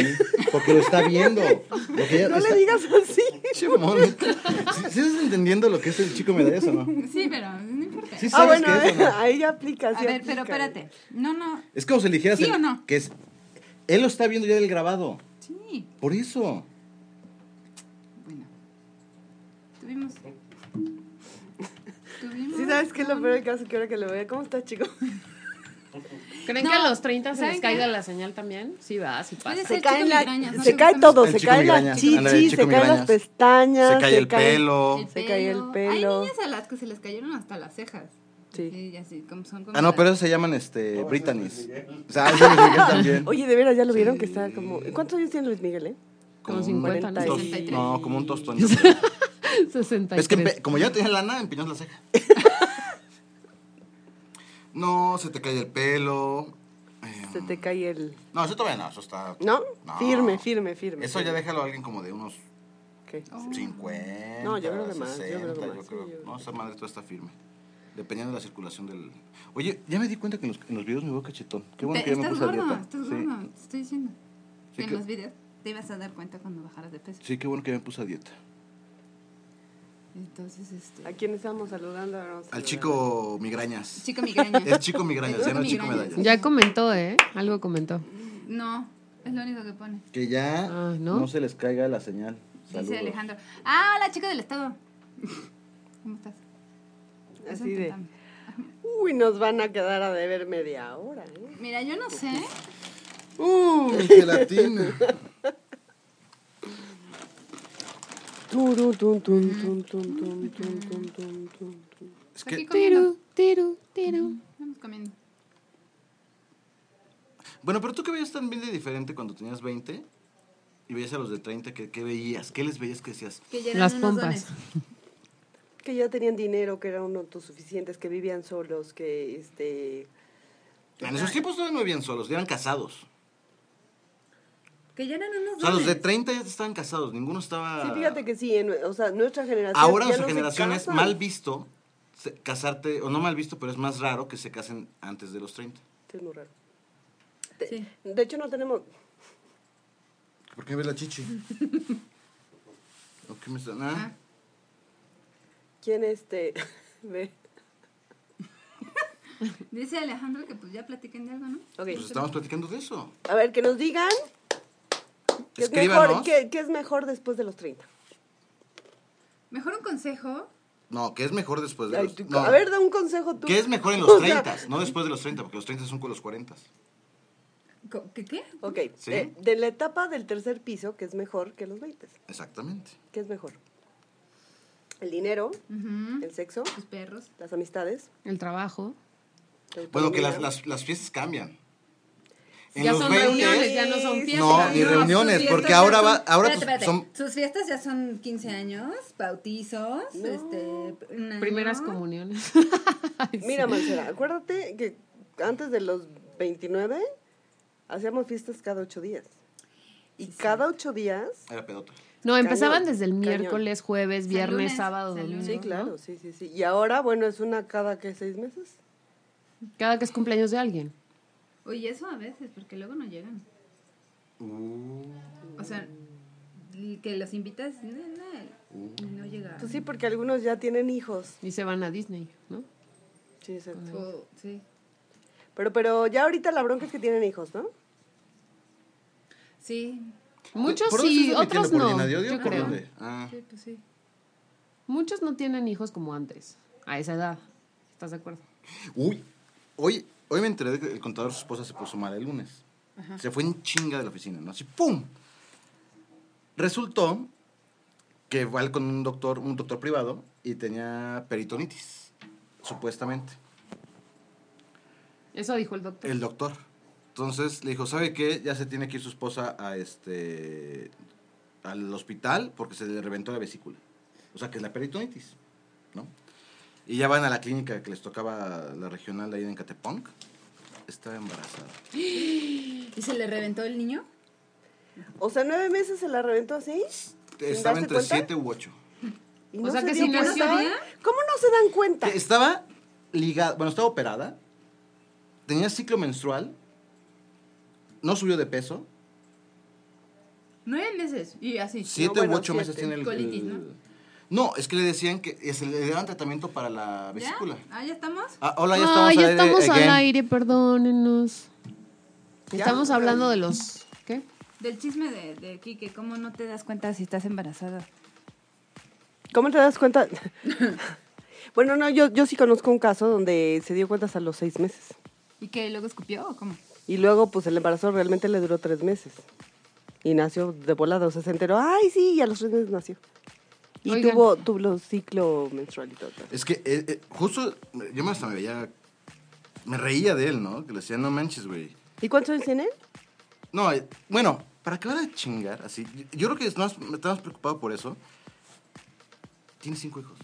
porque lo está viendo. Lo que ella
no
está-
le digas así.
Che, mamón. ¿Sí, sí estás entendiendo lo que es el chico medallas o no?
Sí, pero no importa.
Sí,
Ah,
sabes
bueno,
qué es o no?
ahí aplica.
A
sí
ver, pero
aplica.
espérate. No, no,
Es como si le dijeras
¿Sí
el-
o no?
que es. Él lo está viendo ya del grabado.
sí.
Por eso.
Bueno. Tuvimos. Tuvimos.
Sí, ¿sabes qué es lo peor del caso? Que ahora que lo vea, ¿cómo estás, chico?
¿Creen
No,
que a los 30 se
¿saben
les
qué?
caiga la señal también? Sí, va, sí pasa.
Puede ser. El chico migraña, ¿no?
se
Me
cae
gusta
todo,
el
se
chico
caen
migraña.
las
Ándale, el
chichis,
chico
se caen
migrañas.
las pestañas,
se cae el pelo.
El
Se cae el
Hay
pelo.
niñas a las que se les cayeron hasta las cejas.
Sí.
Y así, como son como
Ah, no,
las-
pero esos se llaman este, Britannies. O sea, ese Luis Miguel también.
Oye, de veras, ya lo vieron que está como. ¿Cuántos años tiene Luis Miguel, eh?
Como
un
50, ¿no?
tos-
63.
No, como un tostón. Es
63.
que empe- como ya no tenía lana, empeñó la ceja. no, se te cae el pelo. eh,
Se te cae el.
No, eso todavía no, eso está...
¿No?
No.
Firme, firme, firme.
Eso ya déjalo a alguien como de unos
¿Qué?
50,
No, yo creo que más, yo
60,
creo que más,
yo
sí,
creo.
yo creo
No, esa madre toda está firme. Dependiendo de la circulación del... Oye, ya me di cuenta que en los, en los videos me veo cachetón. Qué bueno
Te-
que ya me
estás
puse a
gordo,
dieta.
estás
Sí.
gordo, te estoy diciendo.
Sí,
en
que-
los videos te ibas a dar cuenta cuando bajaras de peso.
Sí, qué bueno que ya me puse a dieta.
Entonces, este.
¿A quién estamos saludando? Ahora vamos a
Al
saludar.
chico migrañas.
Chico migraña.
Es chico migrañas, ya no es chico
Migrañas.
medallas.
Ya comentó, ¿eh? Algo comentó.
No, es lo único que pone.
Que ya
Ah, ¿no?
se les caiga la señal.
Dice
Saludos.
Alejandro. Ah, hola, chico del estado. ¿Cómo estás? Eso
Así de.
intentamos.
Uy, nos van a quedar a deber media hora, ¿eh?
Mira, yo no sé.
¡Uh, mi gelatina!
Turu, tum, tum, tum, tum, tum, tum, tum, tum, tum, tum.
es
Aquí
que,
comiendo.
tiru, tiru.
Vamos comiendo.
bueno, pero tú que veías también de diferente cuando tenías 20 y veías a los de 30, ¿qué, qué veías? ¿Qué les veías que decías?
Que ya eran
Las
unos dones.
pompas.
Que ya tenían dinero, que eran autosuficientes, que vivían solos, que este.
Pues
En esos tiempos todavía no vivían solos, eran casados.
Que ya eran unos
O sea, los de
dones.
30 ya estaban casados, ninguno estaba...
Sí, fíjate que sí, en- o sea, nuestra generación.
Ah. Ahora
ya
nuestra
no se
generación es
casan.
mal visto se- casarte, o no mal visto, pero es más raro que se casen antes de los 30.
Es muy raro. Te-
Sí.
De hecho, no tenemos.
¿Por qué ves la chichi? ¿O qué me está- ah.
¿Quién este.? Ve.
Dice Alejandro que pues ya platiquen de algo, ¿no?
Ok.
Pues estamos platicando de eso.
A ver, que nos digan. ¿Qué es, mejor,
Escríbanos.
qué, qué es mejor después de los 30?
Mejor un consejo.
No, que es mejor después de
Ay,
los
tú-
30.
A ver, da un consejo tú.
¿Qué es mejor en
O
los
sea,
30? No después de los 30, porque los 30 son con los 40.
Co- ¿Qué? qué?
Ok,
Sí.
eh, de la etapa del tercer piso, que es mejor que los 20,
Exactamente.
¿qué es mejor? El dinero,
Ujú.
el sexo,
Tus perros.
las amistades.
El trabajo.
la
Bueno, que
autonomía.
las, las, las fiestas cambian. En
ya
los
son
20,
reuniones, ya no son
No,
fiestas.
No, ni
sus
reuniones,
fiestas
porque
ya
ahora
son-
va- ahora
espérate,
tus-
espérate.
son-
Sus fiestas ya son 15 años, bautizos, este, un año.
Primeras comuniones. Ay, sí.
Mira, Marcela, acuérdate que antes de los 29 hacíamos fiestas cada ocho días. Y cada ocho días.
Era pedota.
No, empezaban
Cañón,
desde el
cañón.
miércoles, jueves, viernes,
lunes,
sábado,
hasta el lunes.
domingo.
Sí,
Sí,
¿no?
claro, sí, sí, sí. Y ahora, bueno, es una cada que seis meses.
Cada que es cumpleaños de alguien.
Oye, eso a veces, porque luego no llegan. O sea, l- que los invitas, no, no, y no llega.
Pues sí, porque algunos ya tienen hijos.
Y se van a Disney, ¿no?
Sí, exacto.
O- sí.
Pero, pero ya ahorita la bronca es que tienen hijos, ¿no?
Sí,
Muchos
¿Por dónde
sí,
estás metiendo?
otros
¿Por
no.
Linadio,
Yo
por
creo.
dónde? Ah.
sí, pues sí.
Muchos no tienen hijos como antes, a esa edad. ¿Estás de acuerdo?
Uy, hoy, hoy me enteré de que el contador de su esposa se puso mal el lunes. Se fue en chinga de la oficina, ¿no? Así, ¡pum! Resultó que fue al- con un doctor, un doctor privado, y tenía peritonitis, supuestamente.
Eso dijo el doctor.
El doctor. Entonces le dijo, ¿sabe qué? Ya se tiene que ir su esposa a este al hospital porque se le reventó la vesícula. O sea, que es la peritonitis, ¿no? Y ya van a la clínica que les tocaba la regional ahí en Catepong. Estaba embarazada.
¿Y se le reventó el niño?
O sea, nueve meses se la reventó así. ¿Sin
Estaba
darse
entre
cuenta?
7 u 8.
y
O
no
sea,
se
que
dio
si
cuenta.
nació bien.
¿Cómo no se dan cuenta?
Estaba ligada, bueno, estaba operada. Tenía ciclo menstrual. No subió de peso.
Nueve meses. Y así.
Siete
bueno,
u ocho
siete.
meses tiene el...
Colitis,
el-
¿no?
No, es que le decían que se le daban tratamiento para la
¿Ya?
vesícula.
Ah, ¿ya estamos?
Ah, hola, ya estamos,
Ay,
al
ya
aire
estamos al
again.
aire, perdónenos.
Ya.
Estamos hablando de los. ¿Qué?
Del chisme de, de Kike, ¿cómo no te das cuenta si estás embarazada?
¿Cómo te das cuenta? bueno, no, yo, yo sí conozco un caso donde se dio cuenta hasta los seis meses.
¿Y que luego escupió o cómo?
Y luego, pues el embarazo realmente le duró tres meses. Y nació de volada, o sea, se enteró, ay, sí, y a los tres meses nació. Y
Oigan.
tuvo, tuvo ciclo menstrual y todo. todo.
Es que eh, eh, justo yo hasta me veía. Me reía de él, ¿no? Que le decía, no manches, güey.
¿Y cuántos años tiene?
No, eh, bueno, para acabar de chingar, así. Yo, yo creo que es más- me está más preocupado por eso. Tiene cinco hijos.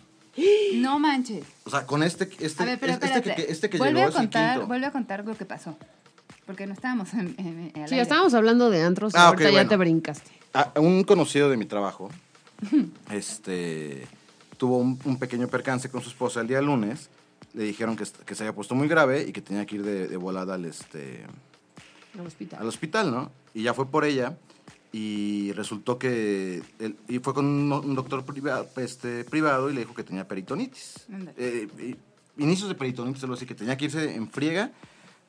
No manches.
O sea, con este, este,
a ver, pero
este,
espérate.
que, este que
vuelve
llegó
a
es el
contar,
quinto.
vuelve a contar lo que pasó. Porque no estábamos en, en- en- al
Sí,
aire.
ya estábamos hablando de antros. y
Ah, ok,
ahorita ya
bueno.
te brincaste.
a- a un conocido de mi trabajo este, tuvo un, un pequeño percance con su esposa el día lunes. Le dijeron que, est- que se había puesto muy grave y que tenía que ir de, de volada al, este,
Al hospital.
al hospital, ¿no? Y ya fue por ella y resultó que... él- y fue con un, un doctor privado, este, privado y le dijo que tenía peritonitis.
Ándale.
Eh, eh, inicios de peritonitis, algo así, que tenía que irse en friega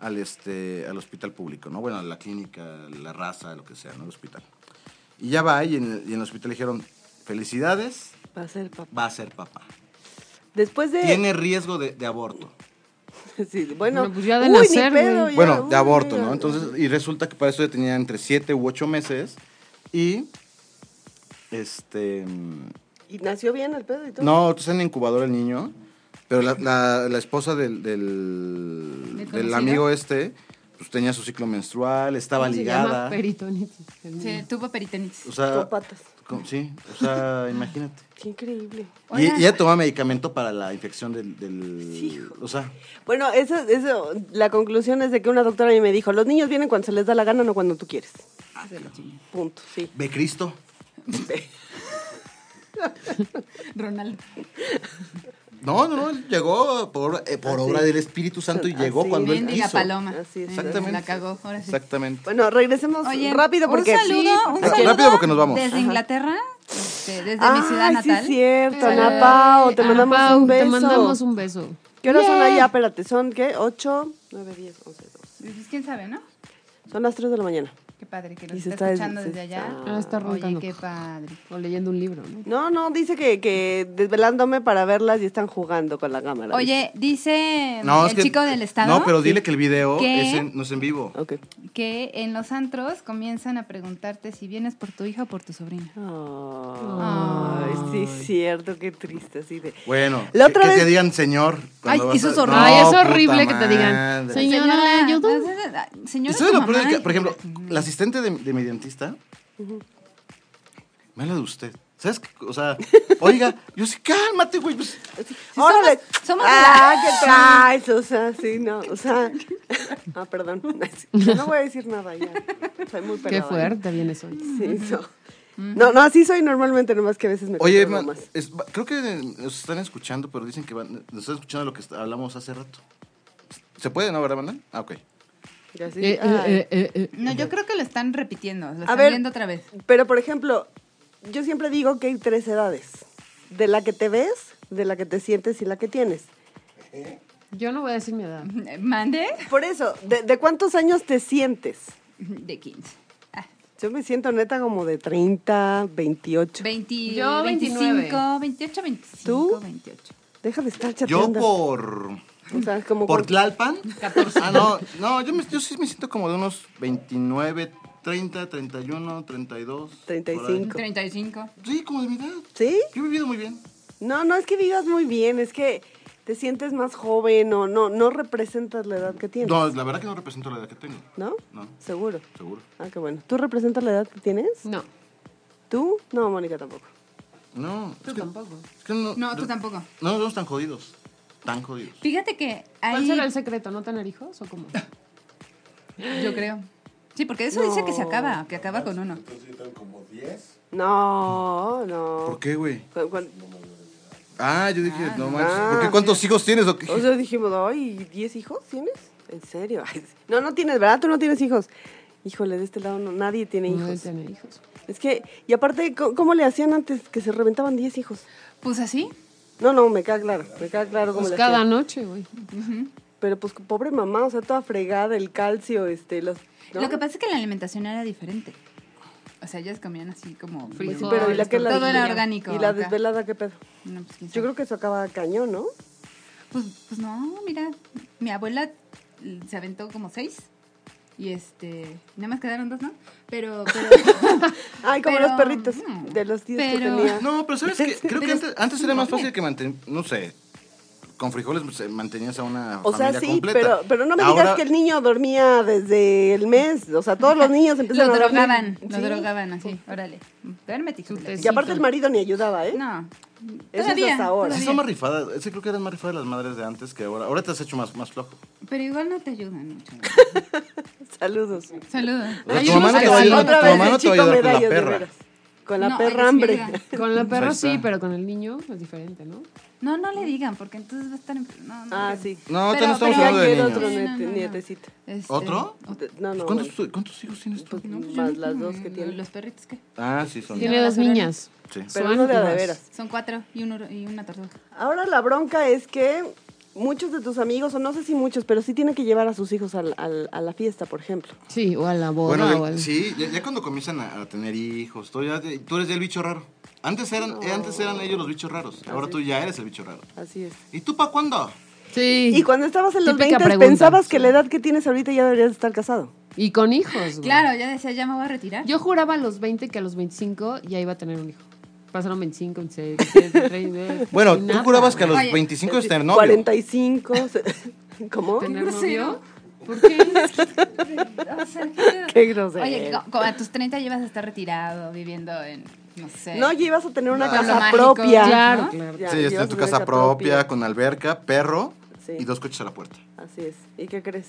al, este, al hospital público, ¿no? Bueno, a la clínica, la raza, lo que sea, ¿no? El hospital. Y ya va y en, el- y en el hospital le dijeron, felicidades,
Va a ser papá.
va a ser papá.
Después de...
Tiene riesgo de, de aborto.
Sí, bueno,
Bueno, pues ya de
uy, ni
nacer, güey.
pedo, ya,
Bueno,
uy,
de aborto,
mira.
¿no? Entonces, y resulta que para eso ya tenía entre 7 u 8 meses y este mm,
Y nació bien el pedo y todo.
no, está en la incubadora el niño, pero la, la- la esposa del, del,
¿Del
del
conocido?
amigo este pues tenía su ciclo menstrual, estaba
¿Cómo se llama?
ligada.
Peritonitis. el
Sí,
niño.
tuvo peritonitis.
O sea,
Con patas.
con- sí, o sea, imagínate.
Qué increíble.
Y,
Oigan.
y ella tomaba medicamento para la infección del, del
Hijo.
o sea,
Bueno, eso, eso, la conclusión es de que una doctora a mí me dijo, los niños vienen cuando se les da la gana, no cuando tú quieres. Punto, sí.
ve Cristo. Pues
Ronaldo.
No, no, no, llegó por, eh, por obra del Espíritu Santo y llegó
Así.
cuando él
Bendiga
quiso.
Paloma.
Así es.
Eh,
Exactamente.
La cagó, ahora sí.
Exactamente.
Bueno, regresemos
Oye,
rápido porque...
un saludo,
Sí,
un
porque-
saludo
Rápido porque nos vamos.
Desde
Ajá.
Inglaterra, este, desde mi
Ah,
ciudad natal.
sí es cierto,
Eh,
Ana Pau, te
Ana
mandamos
Pau,
un beso.
Te mandamos un beso.
¿Qué horas son allá? Espérate, ¿son qué? 8, 9, 10, 11, 12.
Pues, ¿Quién sabe, no?
Son las 3 de la mañana.
Qué padre que
Y
nos
se
está,
está des-
escuchando
se
desde allá.
está-
Ah, está roncando.
Oye, qué padre.
O leyendo un libro, ¿no?
No, no, dice que, que desvelándome para verlas y están jugando con la cámara.
Oye, dice
No,
el
es que-
chico del estado
No, pero dile que el video
¿Qué?
es en- no es en vivo.
Ok.
que en los antros comienzan a preguntarte si vienes por tu hija o por tu sobrina.
Ay, sí, es cierto, qué triste, así de...
Bueno,
La
que-
otra
que,
vez-
te digan señor. cuando
Ay,
vas
eso es
a-
horrible.
Ay, es
puta
horrible que te digan,
madre.
"Señor, Señora, ayuda.
pues, ah, Señora,
Eso es
tu
lo peor del
mamá
ca-
y-
Por ejemplo, la asistente de, de mi dentista me habla de usted. ¿Sabes qué? O sea, oiga, yo sí, cálmate, güey. pues,
¡Órale!
somos
¡Ah,
la-
qué traes! O sea, sí, no, o sea... Ah, perdón. No voy a decir nada ya. Soy muy pelada.
Qué fuerte vienes hoy.
Sí, no. No, no, así soy normalmente, nomás que a veces me
Oye,
controlo
ma-
más.
es- va- creo que nos están escuchando, pero dicen que van, nos están escuchando lo que est- hablamos hace rato. ¿Se puede, no, verdad, Manuel? Ah, ok.
Y así,
Eh, eh,
ay.
eh, eh, eh.
No, yo creo que lo están repitiendo, lo
A
están
ver,
viendo otra vez.
Pero, por ejemplo, yo siempre digo que hay tres edades. De la que te ves, de la que te sientes y la que tienes.
Yo no voy a decir mi edad.
¿Mande?
Por eso, ¿de, de cuántos años te sientes?
De 15. Ah,
Yo me siento neta como de 30, 28.
20,
Yo,
25, 28, 25,
¿Tú?
28.
Deja de estar
Yo
chateando.
por.
O sea, como
¿Por
cuan-
Tlalpan? Ah, no, no yo, me- yo sí me siento como de unos 29, 30, 31, 32. por ahí.
35.
35.
Sí, como de mi edad.
¿Sí?
Yo he vivido muy bien.
No, no es que vivas muy bien, es que te sientes más joven o no, no representas la edad que tienes.
No, la verdad que no represento la edad que tengo.
¿No?
No.
Seguro.
Seguro.
Ah, qué bueno. ¿Tú representas la edad que
Mm.
tienes?
No.
¿Tú? No, Mónica tampoco.
No. Tú tampoco. no,
No, tú tampoco.
No nos vemos tan jodidos. Tan jodidos.
Fíjate que
¿Cuál
ahí,
será el secreto? ¿No tener hijos o cómo?
yo creo. Sí, porque eso dice que se acaba, que acaba con uno.
No, no.
¿Por qué, güey?
Cu- cuan-
Ah, yo dije, no manches.
Ah.
¿Por qué cuántos hijos tienes o qué?
O sea, dijimos, ay, ¿10 hijos tienes? ¿En serio? Ay, sí. No, no tienes, ¿verdad? Tú no tienes hijos. Híjole, de este lado no, nadie tiene
No voy a
hijos.
tener hijos.
Es que, y aparte, ¿cómo, cómo le hacían antes que se reventaban 10 hijos?
Pues así.
No, no, me queda claro, me queda claro cómo
Pues
le
cada
hacían.
noche, güey.
Pero pues pobre mamá, o sea, toda fregada, el calcio, este, los... ¿no?
Lo que pasa es que la alimentación era diferente. O sea, ellas comían así como
Pues sí,
Pero y la que la
todo era
desvelada-
orgánico.
Y la
acá.
desvelada, ¿qué pedo?
No, pues, quién
Yo
sabe.
creo que eso acaba cañón, ¿no?
Pues, pues no, mira, mi abuela mm, se aventó como seis y este, nada más quedaron dos, ¿no? Pero, pero
Ay, como
Pero,
los perritos
no.
de los 10 que
Pero-
tenía.
No, pero ¿sabes qué? Creo que
Pero es-
antes, antes era más
no,
fácil que mantener, no sé, con frijoles pues, eh, mantenías a una
O sea,
familia
sí,
completa.
pero, pero no me
Ahora-
digas que el niño dormía desde el mes. O sea, todos los niños empiezan
lo
a dormir.
drogaban, lo
Sí.
drogaban así, órale. Duérmete, hijo
Su
de la
Y
tecito.
aparte el marido ni ayudaba, ¿eh?
chi- No,
Eso
todavía,
es hasta ahora.
todavía.
Sí, son más rifadas. Sí, creo que eran más rifadas las madres de antes que ahora. Ahora te has hecho más, más flojo.
pero igual no te ayudan mucho.
Saludos.
Saludos.
O sea,
Hay
tu
unos
mamá
pues,
no
que
te va a ayudar,
sí. Otra
tu
vez
mamá no te va a ayudar con la
medallas, de
perra.
veras. Con la
No,
perra
ay,
hambre.
sí, mira.
Con la perra
Ahí está.
sí, pero con el niño es diferente, ¿no?
No, no le digan, porque entonces va a estar... en- No, no
Ah,
le-
sí.
No, ahorita
Pero-
no estamos
pero-
hablando de
Ya quiero otro
Sí,
niños. Pues
niete-
no, no, no.
nietecito.
Este,
¿Otro?
No, no.
¿Cuántos,
bueno.
tu- cuántos hijos tienes tú?
Pues,
No, pues yo
más
no
las
tengo,
dos que
¿y
tiene.
¿Los perritos qué?
Ah, sí, son.
Tiene
no,
dos
no, no.
niñas.
Sí.
Pero
Son
no de a de
antiguas.
veras.
Son cuatro y, un oro- y una tortuga.
Ahora la bronca es que muchos de tus amigos, o no sé si muchos, pero sí tienen que llevar a sus hijos al- al- a la fiesta, por ejemplo.
Sí, o a la boda
Bueno,
o al...
de- sí, ya, ya cuando comienzan a, a tener hijos, tú, ya, te- tú eres ya el bicho raro. Antes eran, eh, antes eran ellos los bichos raros. Ahora tú ya eres el bicho raro.
Así es.
¿Y tú para cuándo?
Pues, Sí.
Y cuando estabas en los
Típica
20
pregunta.
pensabas que la edad que tienes ahorita ya deberías estar casado.
Y con hijos, güey.
Claro, ya decía, ya me voy a retirar.
Yo juraba a los 20 que a los 25 ya iba a tener un hijo. Pasaron 25, 26, 27, 30.
Bueno,
y
tú
nada.
jurabas que a los
Oye,
eh,
25 ibas a tener novio.
45. se- ¿Cómo?
¿Tener
grosero.
novio? ¿Por qué?
O sea, qué-
Qué grosero.
Oye, co- co- a tus 30 llevas a estar retirado, viviendo en, no sé.
No, ya ibas a tener una
No.
casa
Lo mágico,
propia.
Claro,
¿no?
claro.
Ya,
sí,
ya ibas
está en tu
a tener
casa propia, con alberca, perro
Sí.
y dos coches a la puerta.
Así es. ¿Y qué crees?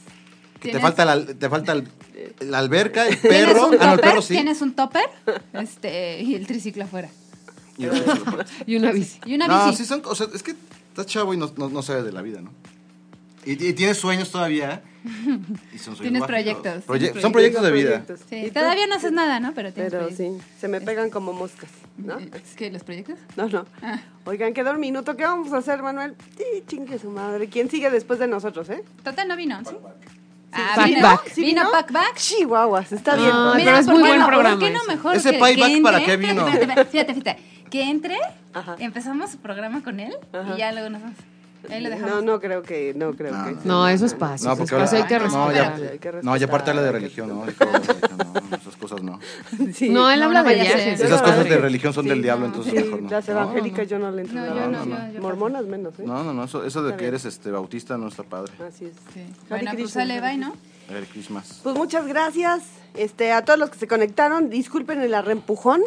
Que te
¿Tienes-
falta la, te falta el-
Eh.
la alberca, el
¿Tienes
perro,
un
ah, no, el
topper?
perro sí.
¿Tienes un topper? Este, y el triciclo afuera.
Y dos coches a la puerta.
Y una bici.
Y una
no,
bici.
sí son, o sea, es que estás chavo y no, no, no sabes de la vida, ¿no? Y, y tienes sueños todavía. Y son sueños
Tienes
mágicos.
proyectos,
Proye-
tienes
son proyectos de vida.
Proyectos.
Sí,
¿Y tú?
todavía no haces nada, ¿no? Pero tienes
Pero
proyectos. Eh,
sí, se me pegan como moscas, ¿no?
Es que los proyectos.
No, no.
Ah.
Oigan, queda un minuto. ¿Qué vamos a hacer, Manuel? Sí, chingue su madre. ¿Quién sigue después de nosotros, eh?
Total no vino, ¿sí? Ah,
Pack
vino,
back.
¿sí vino Pack Back.
Chihuahuas, está bien. ¿no?
Ah, pero es
¿por
muy
qué
buen
no? ¿Por
programa
qué no
ese.
mejor
Ese
que,
payback,
que entre?
¿para qué vino?
Espérate, espérate, fíjate, fíjate. Que entre,
Ajá.
empezamos el programa con él
Ajá.
y ya luego nos vamos. Ahí lo dejamos.
No, no creo que, no creo
No,
que.
no.
No, eso es paz.
No,
eso es
porque
paz,
ahora-
hay que
no,
no,
respetar.
ya-
Hay que respetar,
No, y aparte habla de
hay que-
religión, ¿no? Dijo, no, esas cosas no.
Sí.
No, él
No,
habla
no
de
vaya a ser.
viajes.
Esas
no,
cosas
no,
de
sí.
religión son del
no,
diablo, entonces
Sí,
mejor no.
las
No,
evangélicas yo no le entro
No,
nada.
yo
no,
yo- yo
Mormonas menos, ¿eh?
No, no, no, eso, eso de
Está
que
bien.
eres este bautista no está padre.
Así es.
Sí.
Hare
Bueno, pues
Krishna,
sale,
Hare
bye, ¿no?
A ver, Christmas.
Pues muchas gracias este, a todos los que se conectaron. Disculpen el arrempujón.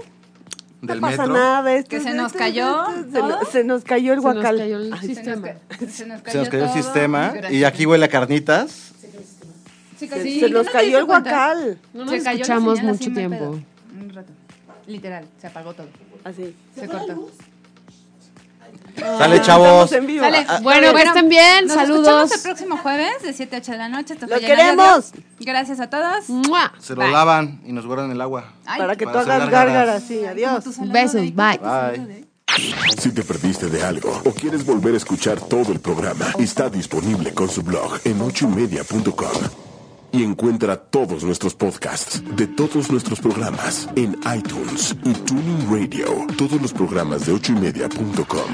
No
Del
pasa
metro.
nada. este, esto-
Que se nos cayó
este, Se,
todo.
nos, se nos cayó el
Se nos
guacal.
cayó el
Ay,
Se nos,
sistema.
ca- se nos
Se nos cayó el
todo.
sistema y
Gracias.
aquí huele a carnitas.
Chicos,
se,
sí,
se
¿no
nos
te
cayó
diste
el
cuenta?
guacal.
No
Se cayó
nos
la
escuchamos
señal
mucho
así, mal
tiempo.
pedo. Un rato. Literal, se apagó todo.
Así.
Se cortó.
Sale, chavos.
Ah, Estamos en vivo.
Sale.
Ah,
Bueno, que estén bien.
Nos
Saludos.
escuchamos el próximo jueves de 7 a 8 de la noche. Esto fue
¡Lo
Llanada de
queremos!
Dios. Gracias a todos.
¡Mua!
Se lo
Bye.
lavan y nos guardan el agua.
Ay,
para que tú
Para hacer
hagas
gárgaras.
gárgaras. Sí,
como
adiós.
tu saludo
Besos,
de-
bye.
Bye.
Si te perdiste de algo o quieres volver a escuchar todo el programa, está disponible con su blog en ochoymedia.com. Y encuentra todos nuestros podcasts de todos nuestros programas en iTunes y Tuning Radio. Todos los programas de ochoymedia.com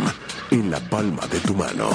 en la palma de tu mano.